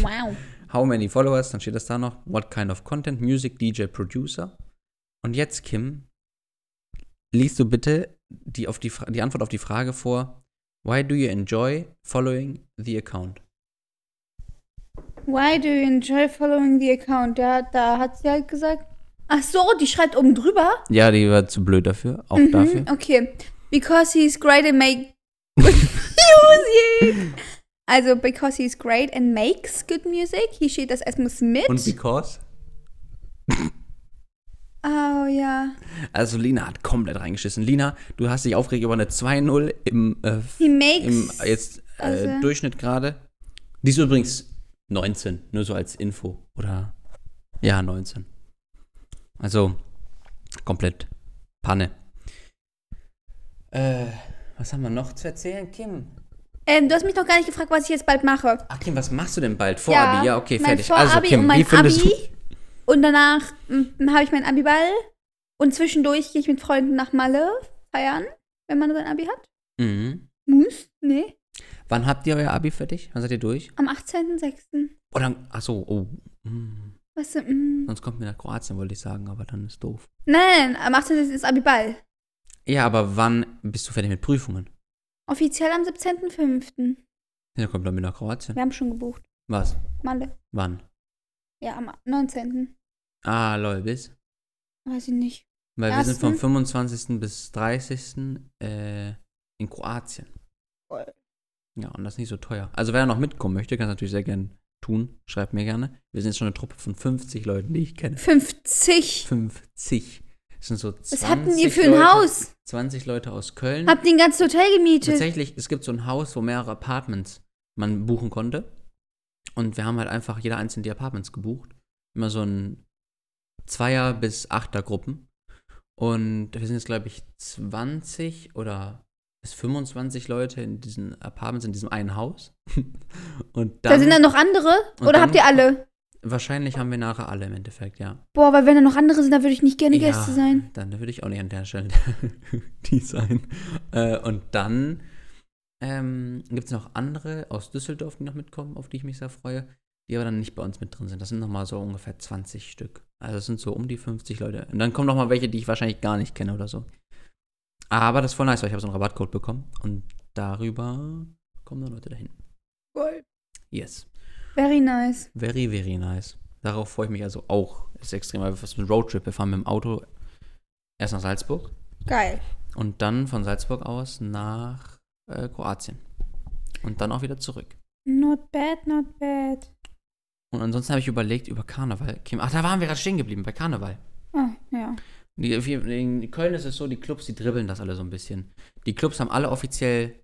A: Wow.
B: How many followers? Dann steht das da noch. What kind of content? Music, DJ, Producer. Und jetzt, Kim, liest du bitte die, auf die, Fra- die Antwort auf die Frage vor. Why do you enjoy following the account?
A: Why do you enjoy following the account? Ja, da hat sie halt gesagt. Ach so, die schreibt oben drüber.
B: Ja, die war zu blöd dafür. Auch
A: Mhm,
B: dafür.
A: Okay. Because he's great and make good music. Also, because he's great and makes good music. Hier steht das erstmal mit.
B: Und because?
A: oh ja.
B: Also Lina hat komplett reingeschissen. Lina, du hast dich aufgeregt über eine 2-0 im, äh,
A: He makes.
B: im jetzt äh,
A: also-
B: Durchschnitt gerade. Die ist übrigens 19, nur so als Info. Oder ja, 19. Also komplett Panne. Äh, was haben wir noch zu erzählen, Kim?
A: ähm, du hast mich noch gar nicht gefragt, was ich jetzt bald mache.
B: Ach Kim, was machst du denn bald? Vor
A: Ja,
B: Abi? Ja, okay,
A: mein
B: fertig.
A: Vorabi
B: also Kim,
A: und mein
B: wie findest
A: Abi.
B: du...
A: Und danach mm, habe ich meinen Abiball. Und zwischendurch gehe ich mit Freunden nach Malle feiern, wenn man sein Abi hat.
B: Mhm.
A: Muss? Nee.
B: Wann habt ihr euer Abi fertig? Wann seid ihr durch?
A: Am 18.06.
B: Oder, achso, oh. mm.
A: Weißt du, mm.
B: Sonst kommt mir nach Kroatien, wollte ich sagen, aber dann ist doof.
A: Nein, am 18.06. ist Abiball.
B: Ja, aber wann bist du fertig mit Prüfungen?
A: Offiziell am 17.05.
B: Ja, kommt dann mit nach Kroatien.
A: Wir haben schon gebucht.
B: Was?
A: Malle.
B: Wann?
A: Ja, am 19.
B: Ah, lol, bis.
A: Weiß ich nicht.
B: Weil wir sind vom
A: Ersten.
B: 25. bis 30. Äh, in Kroatien.
A: Voll.
B: Ja, und das ist nicht so teuer. Also wer noch mitkommen möchte, kann es natürlich sehr gerne tun. Schreibt mir gerne. Wir sind jetzt schon eine Truppe von 50 Leuten, die ich kenne.
A: 50.
B: 50. Das sind so 20
A: Was habt denn ihr für ein
B: Leute,
A: Haus?
B: 20 Leute aus Köln.
A: Habt ihr ein ganzes Hotel gemietet?
B: Tatsächlich, es gibt so ein Haus, wo mehrere Apartments man buchen konnte. Und wir haben halt einfach jeder einzelne die Apartments gebucht. Immer so ein Zweier- bis Achter-Gruppen. Und wir sind jetzt, glaube ich, 20 oder bis 25 Leute in diesen Apartments, in diesem einen Haus. und dann,
A: Da sind dann noch andere?
B: und
A: Oder
B: dann-
A: habt ihr alle?
B: wahrscheinlich haben wir nachher alle im Endeffekt, ja.
A: Boah, weil wenn da noch andere sind, dann würde ich nicht gerne Gäste sein.
B: Dann würde ich auch nicht an der Stelle die sein. Äh, und dann ähm, gibt es noch andere aus Düsseldorf, die noch mitkommen, auf die ich mich sehr freue, die aber dann nicht bei uns mit drin sind. Das sind nochmal so ungefähr 20 Stück. Also es sind so um die 50 Leute. Und dann kommen nochmal welche, die ich wahrscheinlich gar nicht kenne oder so. Aber das ist voll nice, weil ich habe so einen Rabattcode bekommen. Und darüber kommen dann Leute dahin.
A: Voll.
B: Yes.
A: Very nice.
B: Very, very nice. Darauf freue ich mich also auch. Ist extrem, weil wir fast mit Roadtrip. Wir fahren mit dem Auto erst nach Salzburg
A: Geil.
B: und dann von Salzburg aus nach äh, Kroatien. Und dann auch wieder zurück.
A: Not bad, not bad.
B: Und ansonsten habe ich überlegt über Karneval. Kim, ach, da waren wir gerade stehen geblieben bei Karneval.
A: Ah, ja.
B: Die, äh, in Köln ist es so, die Clubs, die dribbeln das alle so ein bisschen. Die Clubs haben alle offiziell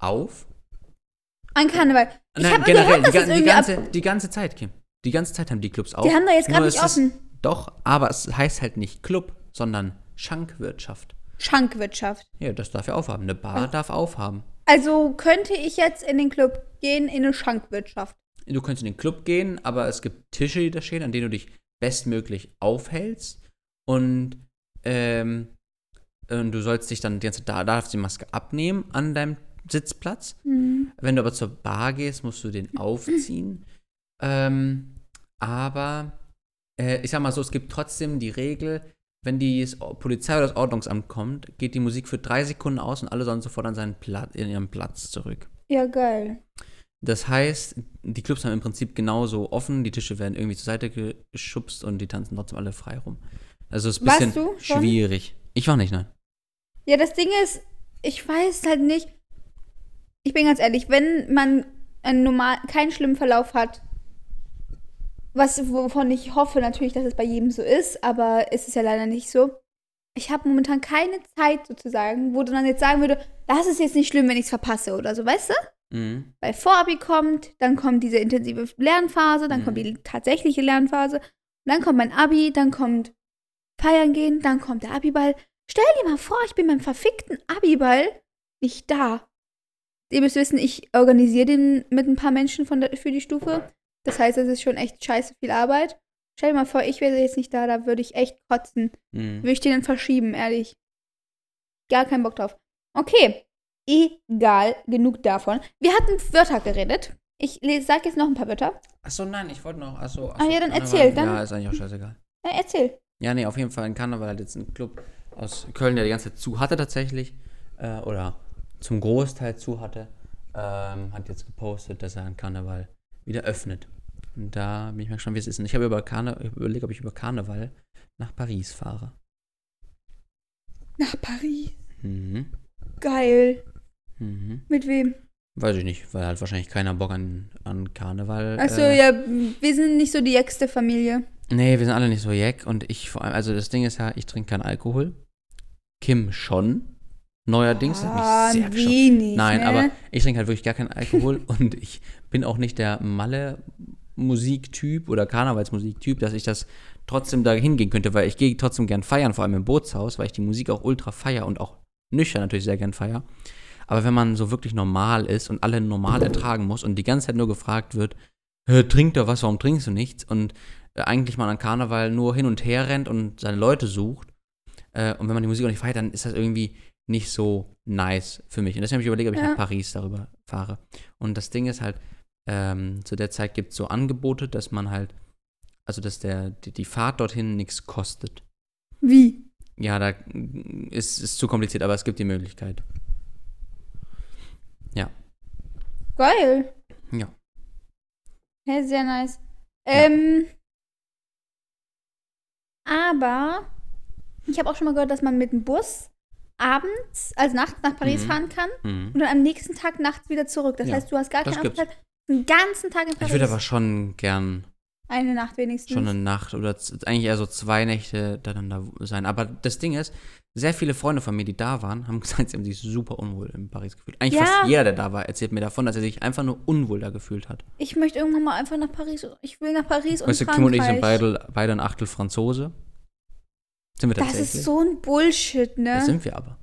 B: auf.
A: An Karneval. Ich
B: Nein,
A: habe
B: generell,
A: gehört, dass das
B: die, gan- die,
A: irgendwie ab.
B: ganze, die ganze Zeit, Kim. Die ganze Zeit haben die Clubs auf.
A: Die haben da jetzt gerade
B: Nur
A: nicht
B: es ist-
A: offen.
B: Doch, aber es heißt halt nicht Club, sondern Schankwirtschaft.
A: Schankwirtschaft.
B: Ja, das darf ja aufhaben. Eine Bar darf aufhaben.
A: Also könnte ich jetzt in den Club gehen, in eine Schankwirtschaft.
B: Du könntest in den Club gehen, aber es gibt Tische, die da stehen, an denen du dich bestmöglich aufhältst. Und ähm, und du sollst dich dann die ganze da darfst die Maske abnehmen an deinem Sitzplatz. Wenn du aber zur Bar gehst, musst du den aufziehen. ähm, aber äh, ich sag mal so, es gibt trotzdem die Regel, wenn die S- Polizei oder das Ordnungsamt kommt, geht die Musik für drei Sekunden aus und alle sollen sofort an seinen Platz, in ihren Platz zurück.
A: Ja, geil.
B: Das heißt, die Clubs haben im Prinzip genauso offen, die Tische werden irgendwie zur Seite geschubst und die tanzen trotzdem alle frei rum. Also es ist ein
A: Warst
B: bisschen
A: du schon?
B: schwierig. Ich war nicht, nein.
A: Ja, das Ding ist, ich weiß halt nicht. Ich bin ganz ehrlich, wenn man einen normal, keinen schlimmen Verlauf hat, was wovon ich hoffe natürlich, dass es bei jedem so ist, aber es ist ja leider nicht so. Ich habe momentan keine Zeit sozusagen, wo man jetzt sagen würde, das ist jetzt nicht schlimm, wenn ich es verpasse oder so, weißt du?
B: Mhm.
A: weil Vorabi kommt, dann kommt diese intensive Lernphase, dann
B: Mhm.
A: kommt die tatsächliche Lernphase, dann kommt mein Abi, dann kommt feiern gehen, dann kommt der Abiball. Stell dir mal vor, ich bin beim verfickten Abiball nicht da. Ihr müsst wissen, ich organisiere den mit ein paar Menschen von der, für die Stufe. Das heißt, es ist schon echt scheiße viel Arbeit. Stell dir mal vor, ich wäre jetzt nicht da, da würde ich echt kotzen.
B: Mhm.
A: Würde ich den dann verschieben, ehrlich. Gar keinen Bock drauf. Okay, egal, genug davon. Wir hatten Wörter geredet. Ich le- sag jetzt noch ein paar Wörter.
B: Achso, nein, ich wollte noch. Achso,
A: Ah, ja, dann erzähl, dann-
B: Ja, ist eigentlich auch scheißegal.
A: Ja, Äh, erzähl.
B: Ja, nee, auf jeden Fall in Karneval hat jetzt ein Club aus Köln, der die ganze Zeit zu hatte tatsächlich, äh, oder zum Großteil zu hatte, ähm, hat jetzt gepostet, dass er an Karneval wieder öffnet. Und da bin ich mal gespannt, wie es ist. Und ich habe über Karne ich hab überlegt, ob ich über Karneval nach Paris fahre.
A: Nach Paris.
B: Mhm.
A: Geil.
B: Mhm.
A: Mit wem?
B: Weiß ich nicht, weil halt wahrscheinlich keiner Bock an, an Karneval.
A: Achso,
B: äh,
A: ja, wir sind nicht so die jäckste Familie.
B: Nee, wir sind alle nicht so jack und ich vor allem, also das Ding ist ja, ich trinke keinen Alkohol. Kim schon. Neuerdings
A: Ah,
B: hat mich sehr
A: ein
B: geschockt.
A: wenig,
B: Nein,
A: ne?
B: aber ich trinke halt wirklich gar keinen Alkohol und ich bin auch nicht der Malle-Musiktyp oder Karnevalsmusiktyp, dass ich das trotzdem da hingehen könnte, weil ich gehe trotzdem gern feiern, vor allem im Bootshaus, weil ich die Musik auch ultra feier und auch nüchtern natürlich sehr gern feier. Aber wenn man so wirklich normal ist und alle normal ertragen muss und die ganze Zeit nur gefragt wird, "Hä, trinkt er was, warum trinkst du nichts? Und äh, eigentlich man an Karneval nur hin und her rennt und seine Leute sucht. Äh, und wenn man die Musik auch nicht feiert, dann ist das irgendwie nicht so nice für mich. Und deswegen habe ich überlegt, ob ich
A: Ja.
B: nach Paris darüber fahre. Und das Ding ist halt, ähm, zu der Zeit gibt es so Angebote, dass man halt, also dass der, die, die Fahrt dorthin nichts kostet.
A: Wie?
B: Ja, da mm, ist es zu kompliziert, aber es gibt die Möglichkeit.
A: Geil.
B: Ja.
A: Hä, sehr nice. Ähm. Aber ich habe auch schon mal gehört, dass man mit dem Bus abends, also nachts nach Paris
B: Mhm.
A: fahren kann
B: Mhm.
A: und dann am nächsten Tag nachts wieder zurück. Das
B: Ja,
A: heißt, du hast gar
B: das
A: keinen
B: gibt's.
A: Aufenthalt. Den ganzen Tag in Paris.
B: Ich würde aber schon gern
A: eine Nacht wenigstens.
B: schon eine Nacht oder z- eigentlich eher so zwei Nächte dann da sein. Aber das Ding ist, sehr viele Freunde von mir, die da waren, haben gesagt, sie haben sich super unwohl in Paris gefühlt. Eigentlich
A: Ja.
B: fast jeder, der da war, erzählt mir davon, dass er sich einfach nur unwohl da gefühlt hat.
A: ich möchte irgendwann mal einfach nach Paris. Ich will nach Paris und
B: weißt du,
A: Frankreich.
B: Kim und ich sind beide, beide ein Achtel Franzose. Sind wir
A: das
B: tatsächlich.
A: ist so ein Bullshit, ne?
B: Das sind wir aber.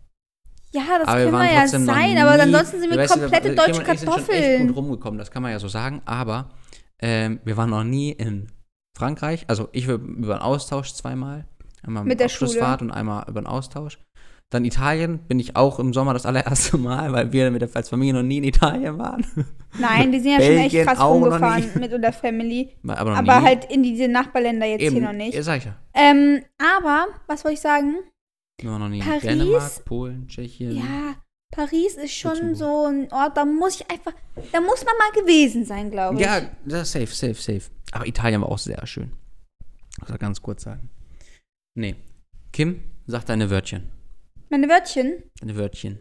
A: Ja, das
B: aber
A: können wir ja
B: noch
A: sein,
B: nie-
A: aber ansonsten sind wir
B: weißt du,
A: komplette
B: Kim und
A: deutsche
B: ich Sind schon echt
A: Kartoffeln.
B: gut rumgekommen, das kann man ja so sagen, aber ähm, wir waren noch nie in Frankreich. Also ich war über einen Austausch zweimal. Einmal
A: Mit der
B: Abschlussfahrt und einmal über einen Austausch. Dann Italien bin ich auch im Sommer das allererste Mal, weil wir mit der als Familie noch nie in Italien waren.
A: Nein, wir sind ja schon echt
B: Belgien
A: krass
B: auch noch
A: rumgefahren
B: nie.
A: mit unserer Family.
B: Aber, noch
A: Aber
B: nie.
A: halt in diese Nachbarländer jetzt
B: Eben,
A: hier noch nicht.
B: Ja, sag ich ja.
A: Ähm, aber, was wollte ich sagen?
B: Wir waren noch nie
A: Paris?
B: in Dänemark, Polen, Tschechien.
A: Ja, Paris ist schon
B: Luxemburg.
A: so ein Ort, da muss ich einfach, da muss man mal gewesen sein, glaube ich.
B: Ja, das safe, safe, safe. Aber Italien war auch sehr schön. Muss ich ganz kurz sagen. Nee. Kim, sag deine Wörtchen.
A: Meine Wörtchen.
B: Deine Wörtchen.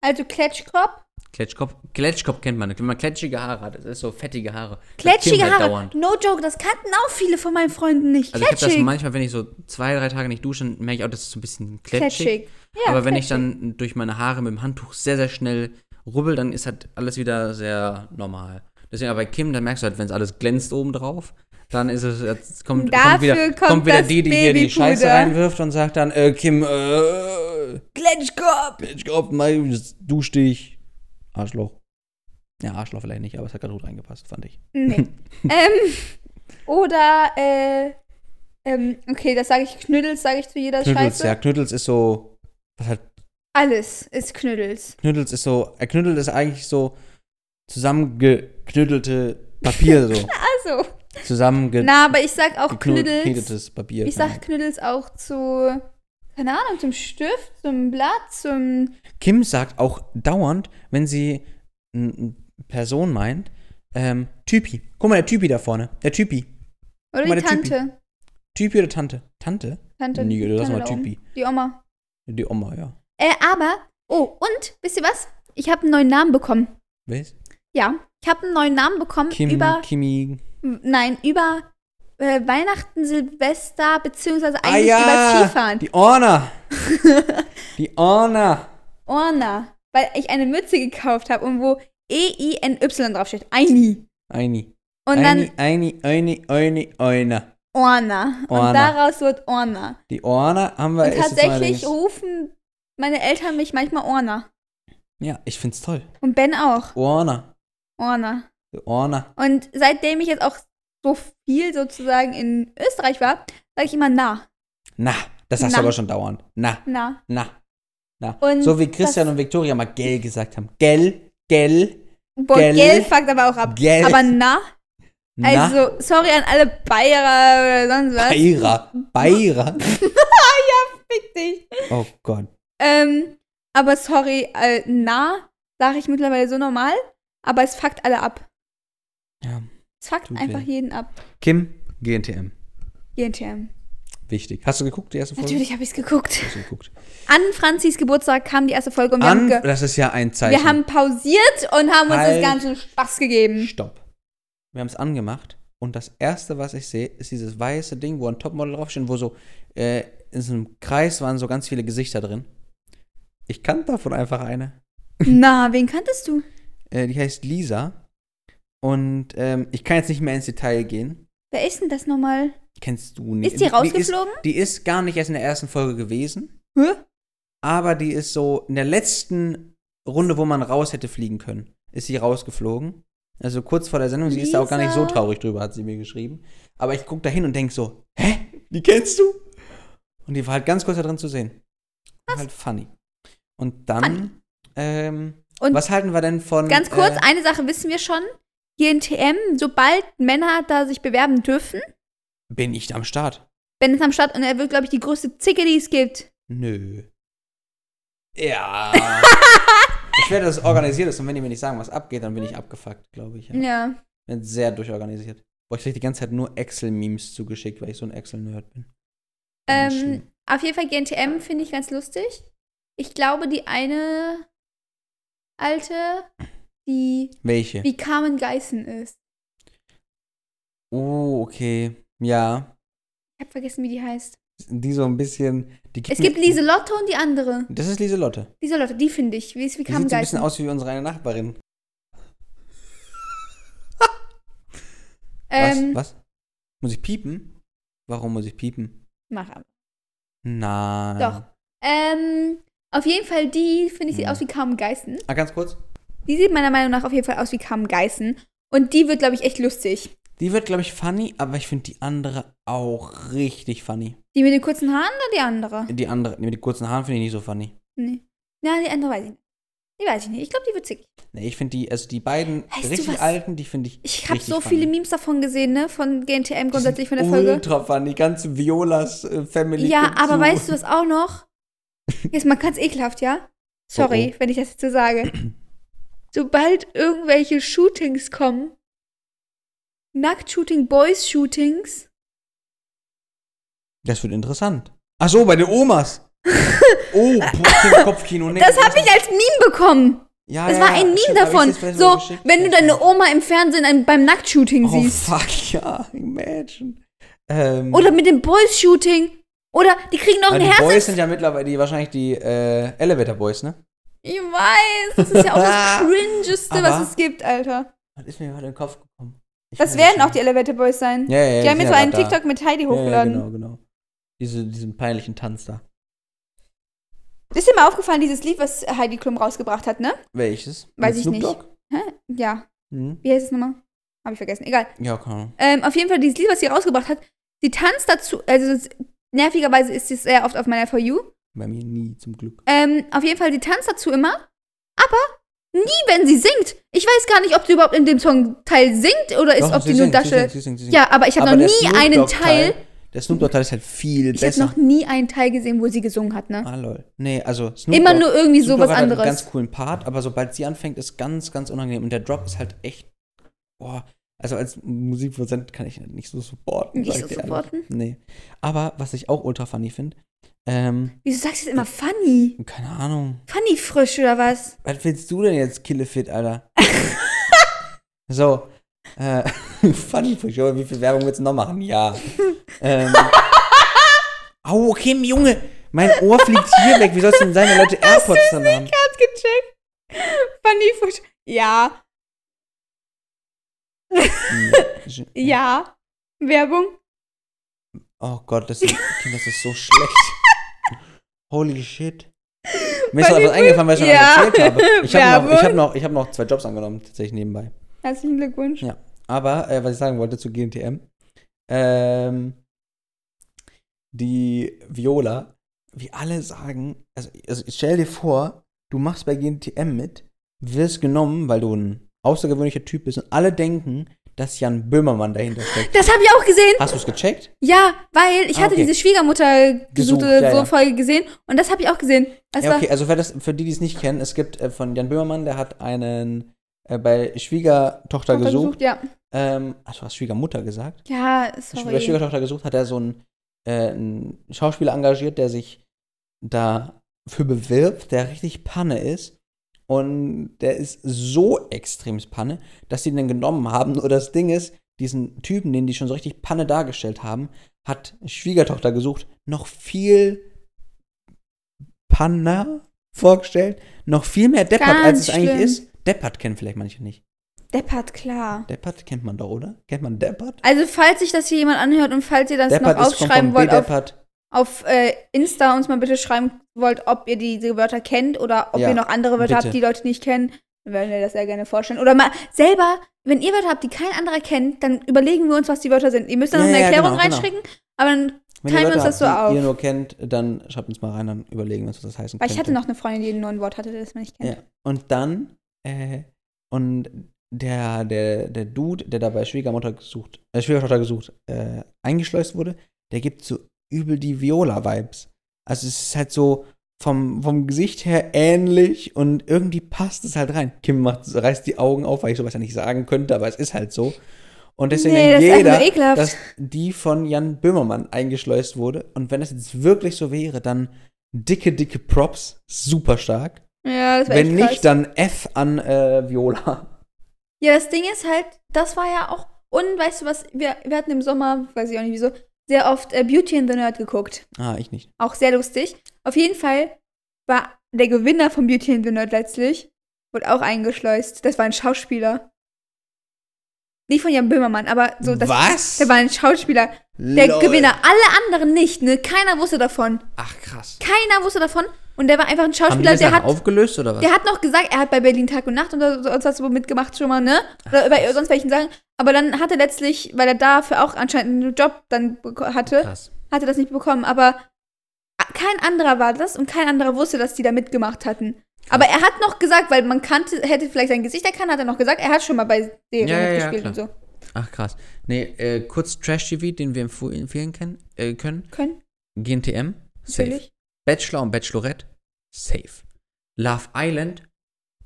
A: Also Kletschkopf.
B: Kletschkopf, Kletschkopf kennt man. Wenn man kletschige Haare hat, das ist so fettige Haare. Das
A: Kletschige
B: Kim halt
A: Haare.
B: dauernd.
A: No joke, das kannten auch viele von meinen Freunden nicht.
B: Also ich habe das
A: Kletschig.
B: manchmal, wenn ich so zwei, drei Tage nicht dusche, dann merke ich auch, das ist so ein bisschen kletschig.
A: Kletschig. Ja,
B: Aber wenn ich
A: kletschig.
B: dann durch meine Haare mit dem Handtuch sehr, sehr schnell rubbel, dann ist halt alles wieder sehr normal. Deswegen, aber bei Kim, dann merkst du halt, wenn es alles glänzt obendrauf, dann ist es, jetzt kommt, kommt wieder,
A: Dafür
B: kommt
A: kommt
B: wieder
A: das
B: die, die hier die
A: Babypuder.
B: Scheiße reinwirft und sagt dann, äh, Kim, äh,
A: Kletschkopf.
B: ich glaub, mein, dusch dich, Arschloch. Ja, Arschloch vielleicht nicht, aber es hat gerade gut reingepasst, fand ich.
A: Nee. ähm, oder, äh, ähm, okay, das sage ich, Knüddels sage ich zu jeder
B: Knüttels,
A: Äh, Scheiße.
B: ja, Knüttels ist so, was hat
A: Alles ist Knüddels.
B: Knüttels ist so, äh, Knüttel ist eigentlich so zusammengeknüttelte Papier, so
A: Also,
B: zusammengeknütteltes
A: na, aber ich sag auch Knüddels.
B: Papier.
A: Ich
B: keine
A: sag
B: Ahnung.
A: Knüddels auch zu, keine Ahnung, zum Stift, zum Blatt, zum,
B: Kim sagt auch dauernd, wenn sie eine Person meint, ähm, Typi. Guck mal, der Typi da vorne. Der Typi.
A: oder
B: Meine
A: die Tante.
B: Typi oder Tante? Tante?
A: Tante.
B: Nee, das
A: Tante
B: war
A: da
B: Typi.
A: oben. Die Oma.
B: Die Oma, ja.
A: Äh, aber, oh, und, wisst ihr was? Ich habe einen neuen Namen bekommen.
B: Weißt?
A: Ja, ich habe einen neuen Namen bekommen
B: Kim,
A: über,
B: Kimi.
A: nein, über äh, Weihnachten, Silvester, beziehungsweise
B: Ah,
A: eigentlich über Skifahren.
B: Die Orna. die Orna.
A: Orna, Oh, weil ich eine Mütze gekauft habe und wo E E-I-N-Y draufsteht. Eini.
B: Eini.
A: Und dann,
B: Eini, Eini, Eini, Eini, Eina.
A: Orna.
B: Orna.
A: Und daraus wird Orna.
B: Die Orna haben wir.
A: Und
B: ist jetzt meine
A: tatsächlich oh.
B: Dings.
A: rufen meine Eltern mich manchmal Orna.
B: Ja, ich find's toll.
A: Und Ben auch.
B: Orna.
A: Orna.
B: Die Orna.
A: Und seitdem ich jetzt auch so viel sozusagen in Österreich war, sage ich immer na,
B: Na, das hast
A: Na.
B: du aber schon dauernd. Na,
A: na.
B: na, na.
A: Und
B: so wie Christian und Victoria mal gell gesagt haben. Gell, gell,
A: Boah,
B: Gell.
A: gell, fuckt aber auch ab.
B: Gell.
A: Aber na,
B: na.
A: also sorry an alle Bayerer oder sonst was.
B: Beira. Beira.
A: Fick dich.
B: Oh Gott.
A: Ähm, aber sorry, äh, na, sage ich mittlerweile so normal, aber es fuckt alle ab.
B: Ja.
A: Es fuckt
B: Tut
A: einfach
B: weh.
A: jeden ab.
B: Kim, GNTM.
A: GNTM.
B: Wichtig. Hast du geguckt, die erste Folge?
A: Natürlich habe ich es geguckt.
B: Hast du geguckt.
A: An Franzis Geburtstag kam die erste Folge und wir,
B: An,
A: haben, ge
B: das ist ja ein Zeichen.
A: wir haben pausiert und haben uns das
B: Halt.
A: Ganze Spaß gegeben.
B: Stopp. Wir haben es angemacht und das erste, was ich sehe, ist dieses weiße Ding, wo ein Topmodel draufsteht, wo so äh, in so einem Kreis waren so ganz viele Gesichter drin. Ich kannte davon einfach eine.
A: Na, wen kanntest du?
B: Äh, die heißt Lisa. Und ähm, ich kann jetzt nicht mehr ins Detail gehen.
A: Wer ist denn das nochmal?
B: Kennst du nicht.
A: Ist die rausgeflogen?
B: Die ist, die ist gar nicht erst in der ersten Folge gewesen,
A: Hä?
B: aber die ist so in der letzten Runde, wo man raus hätte fliegen können, ist sie rausgeflogen. Also kurz vor der Sendung, sie ist da auch gar nicht so
A: Lisa.
B: traurig drüber, hat sie mir geschrieben. Aber ich gucke da hin und denke so, hä? Die kennst du? Und die war halt ganz kurz da drin zu sehen. Was? Halt funny. Und dann,
A: Funny.
B: ähm,
A: Und
B: was halten wir denn von.
A: Ganz kurz,
B: äh,
A: eine Sache wissen wir schon. Hier in TM, sobald Männer da sich bewerben dürfen,
B: bin ich da am Start?
A: Ben ist am Start und er wird, glaube ich, die größte Zicke, die es gibt.
B: Nö. Ja. ich werde das organisiert ist und wenn die mir nicht sagen, was abgeht, dann bin ich abgefuckt, glaube ich. Ja.
A: Ja.
B: Bin sehr durchorganisiert. Boah, ich krieg die ganze Zeit nur Excel-Memes zugeschickt, weil ich so ein Excel-Nerd bin. Ganz
A: Ähm,
B: schlimm.
A: auf jeden Fall GNTM finde ich ganz lustig. Ich glaube, die eine alte, die
B: Welche?
A: wie Carmen Geißen ist.
B: Oh, okay. Ja.
A: Ich habe vergessen, wie die heißt.
B: Die so ein bisschen. Die
A: Es gibt Lieselotte und die andere.
B: Das ist Lieselotte.
A: Lieselotte, die finde ich. Wie ist wie
B: Die sieht
A: Carmen
B: so ein bisschen
A: Geißen.
B: aus wie unsere eine Nachbarin.
A: Ähm,
B: was? Was? Muss ich piepen? Warum muss ich piepen?
A: Mach aber.
B: Nein.
A: Doch. Ähm, auf jeden Fall die, finde ich, sieht
B: Hm.
A: aus wie Carmen Geißen.
B: Ah, ganz kurz.
A: Die sieht meiner Meinung nach auf jeden Fall aus wie Carmen Geißen. Und die wird, glaube ich, echt lustig.
B: Die wird, glaube ich, funny, aber ich finde die andere auch richtig funny.
A: Die mit den kurzen Haaren oder die andere?
B: Die andere, nee, mit den kurzen Haaren finde ich nicht so funny.
A: Nee. Na, die andere weiß ich nicht. Die weiß ich nicht. Ich glaube, die wird zickig.
B: Nee, ich finde die, also die beiden
A: Weißt du
B: richtig
A: was?
B: alten, die finde ich.
A: Ich habe
B: richtig
A: so
B: funny.
A: viele Memes davon gesehen, ne? Von GNTM grundsätzlich von der
B: Die sind
A: Folge.
B: Ultra funny, ganze Violas äh, Family.
A: Ja,
B: guckt
A: aber
B: zu.
A: weißt du was auch noch? Jetzt mal ganz ekelhaft, ja? Sorry, wenn ich das jetzt so sage. Sobald irgendwelche Shootings kommen, Nackt-Shooting, Boys-Shootings,
B: Das wird interessant. Ach so, bei den Omas. oh, Puh, Kopfkino. Nee,
A: das habe ich als Meme bekommen.
B: Ja,
A: Das
B: ja,
A: war
B: ja,
A: ein Meme
B: stimmt, hab
A: davon.
B: ich jetzt
A: So,
B: geschickt,
A: wenn du
B: ja.
A: deine Oma im Fernsehen ein- beim Nacktshooting
B: Oh,
A: siehst.
B: fuck, ja, imagine. Ähm,
A: Oder mit dem Boys-Shooting. Oder die kriegen noch
B: aber
A: ein
B: Ah, die Boys
A: Herz.
B: sind ja mittlerweile die, wahrscheinlich die äh, Elevator Boys, ne?
A: Ich weiß, das ist ja auch das Cringeste,
B: Ah. Aber-
A: was es gibt, Alter.
B: Was ist mir gerade in den Kopf gekommen? Ich
A: Das
B: finde
A: werden auch
B: schon-
A: die Elevator Boys sein.
B: Ja, ja, ja,
A: die haben
B: sind
A: jetzt so
B: ja
A: einen
B: grad da.
A: TikTok mit Heidi
B: Ja,
A: hochgeladen.
B: Ja, genau, genau. Diese, diesen peinlichen Tanz da.
A: Ist dir mal aufgefallen, dieses Lied, was Heidi Klum rausgebracht hat, ne?
B: Welches?
A: Weiß ich
B: Snoop
A: nicht.
B: Dogg?
A: Hä? Ja.
B: Hm?
A: Wie heißt es nochmal? Hab ich vergessen. Egal.
B: Ja, keine Ahnung.
A: Ähm, auf jeden Fall, dieses Lied, was sie rausgebracht hat, sie tanzt dazu. Also, es- nervigerweise ist sie sehr oft auf meiner For You.
B: Bei mir nie, zum Glück.
A: Ähm, auf jeden Fall, sie tanzt dazu immer. Aber nie, wenn sie singt. Ich weiß gar nicht, ob sie überhaupt in dem Song Teil singt oder ist,
B: Doch,
A: ob
B: sie
A: die nur
B: singt, sie
A: Dasche.
B: singt, sie singt, sie singt.
A: Ja, aber ich habe
B: Aber
A: noch
B: der
A: nie
B: Snoop
A: einen
B: Dogg-Teil-
A: Teil.
B: Der Snoop Dogg Teil ist halt viel
A: Ich habe
B: besser.
A: noch nie einen Teil gesehen, wo sie gesungen hat, ne?
B: ah, lol. Nee, also Snoop
A: Immer
B: Dogg-
A: nur irgendwie
B: Snoop
A: sowas
B: Dogg hat halt
A: anderes.
B: einen ganz coolen Part, aber sobald sie anfängt, ist ganz, ganz unangenehm. Und der Drop ist halt echt. Boah. Also als Musikproduzent kann ich halt nicht so supporten.
A: Nicht
B: sag ich
A: so
B: dir ehrlich.
A: supporten?
B: Nee. Aber was ich auch ultra funny finde, ähm,
A: Wieso sagst du jetzt immer funny?
B: keine Ahnung.
A: Funny frisch oder was?
B: Was willst du denn jetzt, Killefit, Alter? so. Äh, funny for sure. Wie viel Werbung willst du noch machen? Ja. ähm, Au, Kim, Junge! Mein Ohr fliegt hier weg. Wie soll es denn sein, wenn Leute AirPods dann haben?
A: Hat's gecheckt. Funny frisch. Ja,
B: Hm.
A: ja. Werbung.
B: Oh Gott, das ist, Kind, das ist so schlecht. Holy shit. Mir
A: Weil
B: ist noch
A: ich-
B: etwas eingefallen, weil ich
A: Ja.
B: noch erzählt habe. Ich habe noch, ich
A: Werbung.
B: hab noch, ich hab noch zwei Jobs angenommen, tatsächlich nebenbei.
A: Herzlichen Glückwunsch.
B: Ja. Aber, äh, was ich sagen wollte zu GNTM, ähm, die Viola, wie alle sagen, also, also stell dir vor, du machst bei GNTM mit, wirst genommen, weil du ein außergewöhnlicher Typ bist und alle denken, dass Jan Böhmermann dahinter steckt.
A: Das habe ich auch gesehen.
B: Hast du es gecheckt?
A: Ja, weil ich
B: Ah,
A: hatte
B: okay.
A: diese Schwiegermutter
B: Gesucht,
A: gesuchte
B: ja,
A: so
B: ja.
A: Folge gesehen und das habe ich auch gesehen. Das
B: ja,
A: war,
B: okay, also für, das, für die, die es nicht kennen, es gibt äh, von Jan Böhmermann, der hat einen äh, bei Schwiegertochter
A: hat er
B: gesucht.
A: ja.
B: Ähm, hast du hast Schwiegermutter gesagt?
A: Ja,
B: Bei
A: sorry.
B: Schwiegertochter gesucht hat er so einen, äh, einen Schauspieler engagiert, der sich dafür bewirbt, der richtig Panne ist. Und der ist so extrem Panne, dass sie den genommen haben. Nur das Ding ist, diesen Typen, den die schon so richtig Panne dargestellt haben, hat Schwiegertochter gesucht, noch viel Panner vorgestellt, noch viel mehr Deppert, als
A: Ganz
B: es eigentlich
A: schlimm.
B: ist. Deppert kennen vielleicht manche nicht.
A: Deppert, klar.
B: Deppert kennt man doch, oder? Kennt man Deppert?
A: Also, falls sich das hier jemand anhört und falls ihr das
B: Deppert
A: noch
B: ist von,
A: aufschreiben
B: von B.
A: wollt, auf,
B: Deppert.
A: auf äh, Insta uns mal bitte schreiben wollt, ob ihr diese Wörter kennt oder ob
B: Ja,
A: ihr noch andere Wörter
B: bitte.
A: habt, die Leute nicht kennen. Dann werden wir das sehr gerne vorstellen. Oder mal selber, wenn ihr Wörter habt, die kein anderer kennt, dann überlegen wir uns, was die Wörter sind. Ihr müsst dann
B: Ja,
A: noch eine
B: ja,
A: Erklärung
B: genau, genau.
A: reinschicken, aber dann,
B: Wenn ihr
A: Teilen wir
B: Leute
A: uns das
B: habt,
A: so
B: die ihr
A: auf.
B: nur kennt, dann schreibt uns mal rein, dann überlegen wir uns, was das heißen
A: weil ich hatte
B: könnte.
A: noch eine Freundin, die nur ein Wort hatte, das man nicht kennt.
B: Ja. Und dann, äh, und der, der, der Dude, der dabei Schwiegermutter gesucht, äh, Schwiegertochter gesucht, äh, eingeschleust wurde, der gibt so übel die Viola-Vibes. Also es ist halt so vom, vom Gesicht her ähnlich und irgendwie passt es halt rein. Kim macht, reißt die Augen auf, weil ich sowas ja nicht sagen könnte, aber es ist halt so. Und deswegen
A: Nee, das
B: denkt
A: ist einfach
B: jeder,
A: nur ekelhaft.
B: dass die von Jan Böhmermann eingeschleust wurde. Und wenn das jetzt wirklich so wäre, dann dicke, dicke Props, super stark.
A: Ja, das war
B: Wenn
A: echt krass.
B: nicht, dann F an äh, Viola.
A: Ja, das Ding ist halt, das war ja auch, und weißt du was, wir, wir hatten im Sommer, weiß ich auch nicht wieso, sehr oft äh, Beauty and the Nerd geguckt.
B: Ah, ich nicht.
A: Auch sehr lustig. Auf jeden Fall war der Gewinner von Beauty and the Nerd letztlich, wurde auch eingeschleust. Das war ein Schauspieler. Nicht von Jan Böhmermann, aber so das.
B: Was?
A: Der war ein Schauspieler. Der
B: Lol.
A: Gewinner. Alle anderen nicht, ne? Keiner wusste davon.
D: Ach krass.
A: Keiner wusste davon. Und der war einfach
D: Haben
A: ein
D: die
A: Schauspieler,
D: das
A: der
D: nachher
A: hat.
D: aufgelöst oder was?
A: Der hat noch gesagt, er hat bei Berlin Tag und Nacht und so- sonst was so mitgemacht schon mal, ne? Oder bei sonst welchen Sachen. Aber dann hat er letztlich, weil er dafür auch anscheinend einen Job dann beko- hatte,
D: Krass.
A: hat er das nicht bekommen. Aber kein anderer war das und kein anderer wusste, dass die da mitgemacht hatten. Aber er hat noch gesagt, weil man kannte, hätte vielleicht sein Gesicht erkannt, hat er noch gesagt, er hat schon mal bei Serien
D: Ja, ja, ja,
A: mitgespielt und
D: klar.
A: so.
D: Ach krass. Nee, äh, kurz Trash-TV, den wir empf- empfehlen können, äh, können.
A: Können,
D: GNTM, safe.
A: natürlich.
D: Bachelor und Bachelorette, safe. Love Island,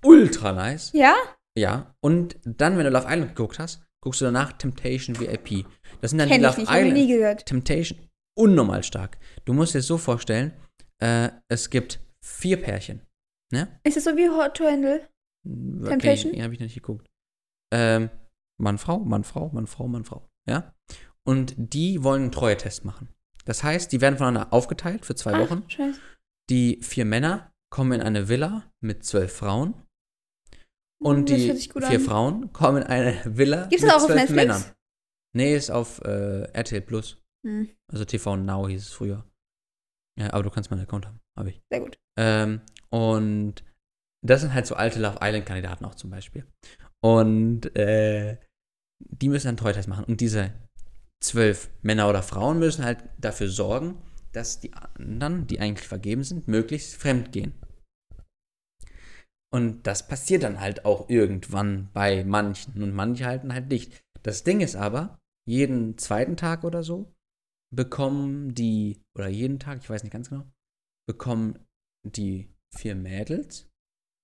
D: ultra nice.
A: Ja?
D: Ja, und dann, wenn du Love Island geguckt hast, guckst du danach Temptation VIP. Das sind dann
A: Kenn
D: die
A: ich
D: Love
A: nicht, hab ich nie
D: Island.
A: gehört.
D: Temptation unnormal stark. Du musst dir das so vorstellen, äh, es gibt vier Pärchen. Ne?
A: Ist es so wie Hot to Handle?
D: Okay,
A: Temptation?
D: Ja, habe ich noch nicht geguckt. Ähm, Mann, Frau, Mann, Frau, Mann, Frau, Mann, Frau. Ja? Und die wollen einen Treue-Test machen. Das heißt, die werden voneinander aufgeteilt für zwei Wochen.
A: Ach, scheiße.
D: Die vier Männer kommen in eine Villa mit zwölf Frauen. Und
A: Hm, Das
D: die
A: hört sich gut
D: vier
A: an.
D: Frauen kommen in eine Villa
A: Gibt's das
D: mit
A: auch auf
D: zwölf
A: Netflix?
D: Männern. Nee, ist auf äh, RTL Plus.
A: Hm,
D: Also TV Now hieß es früher. Ja, aber du kannst meinen Account haben, habe ich.
A: sehr gut.
D: Ähm, und das sind halt so alte Love Island-Kandidaten auch zum Beispiel. Und äh, die müssen dann Treutest machen. Und diese zwölf Männer oder Frauen müssen halt dafür sorgen, dass die anderen, die eigentlich vergeben sind, möglichst fremd gehen. Und das passiert dann halt auch irgendwann bei manchen. Und manche halten halt nicht. Das Ding ist aber, jeden zweiten Tag oder so bekommen die, oder jeden Tag, ich weiß nicht ganz genau, bekommen die vier Mädels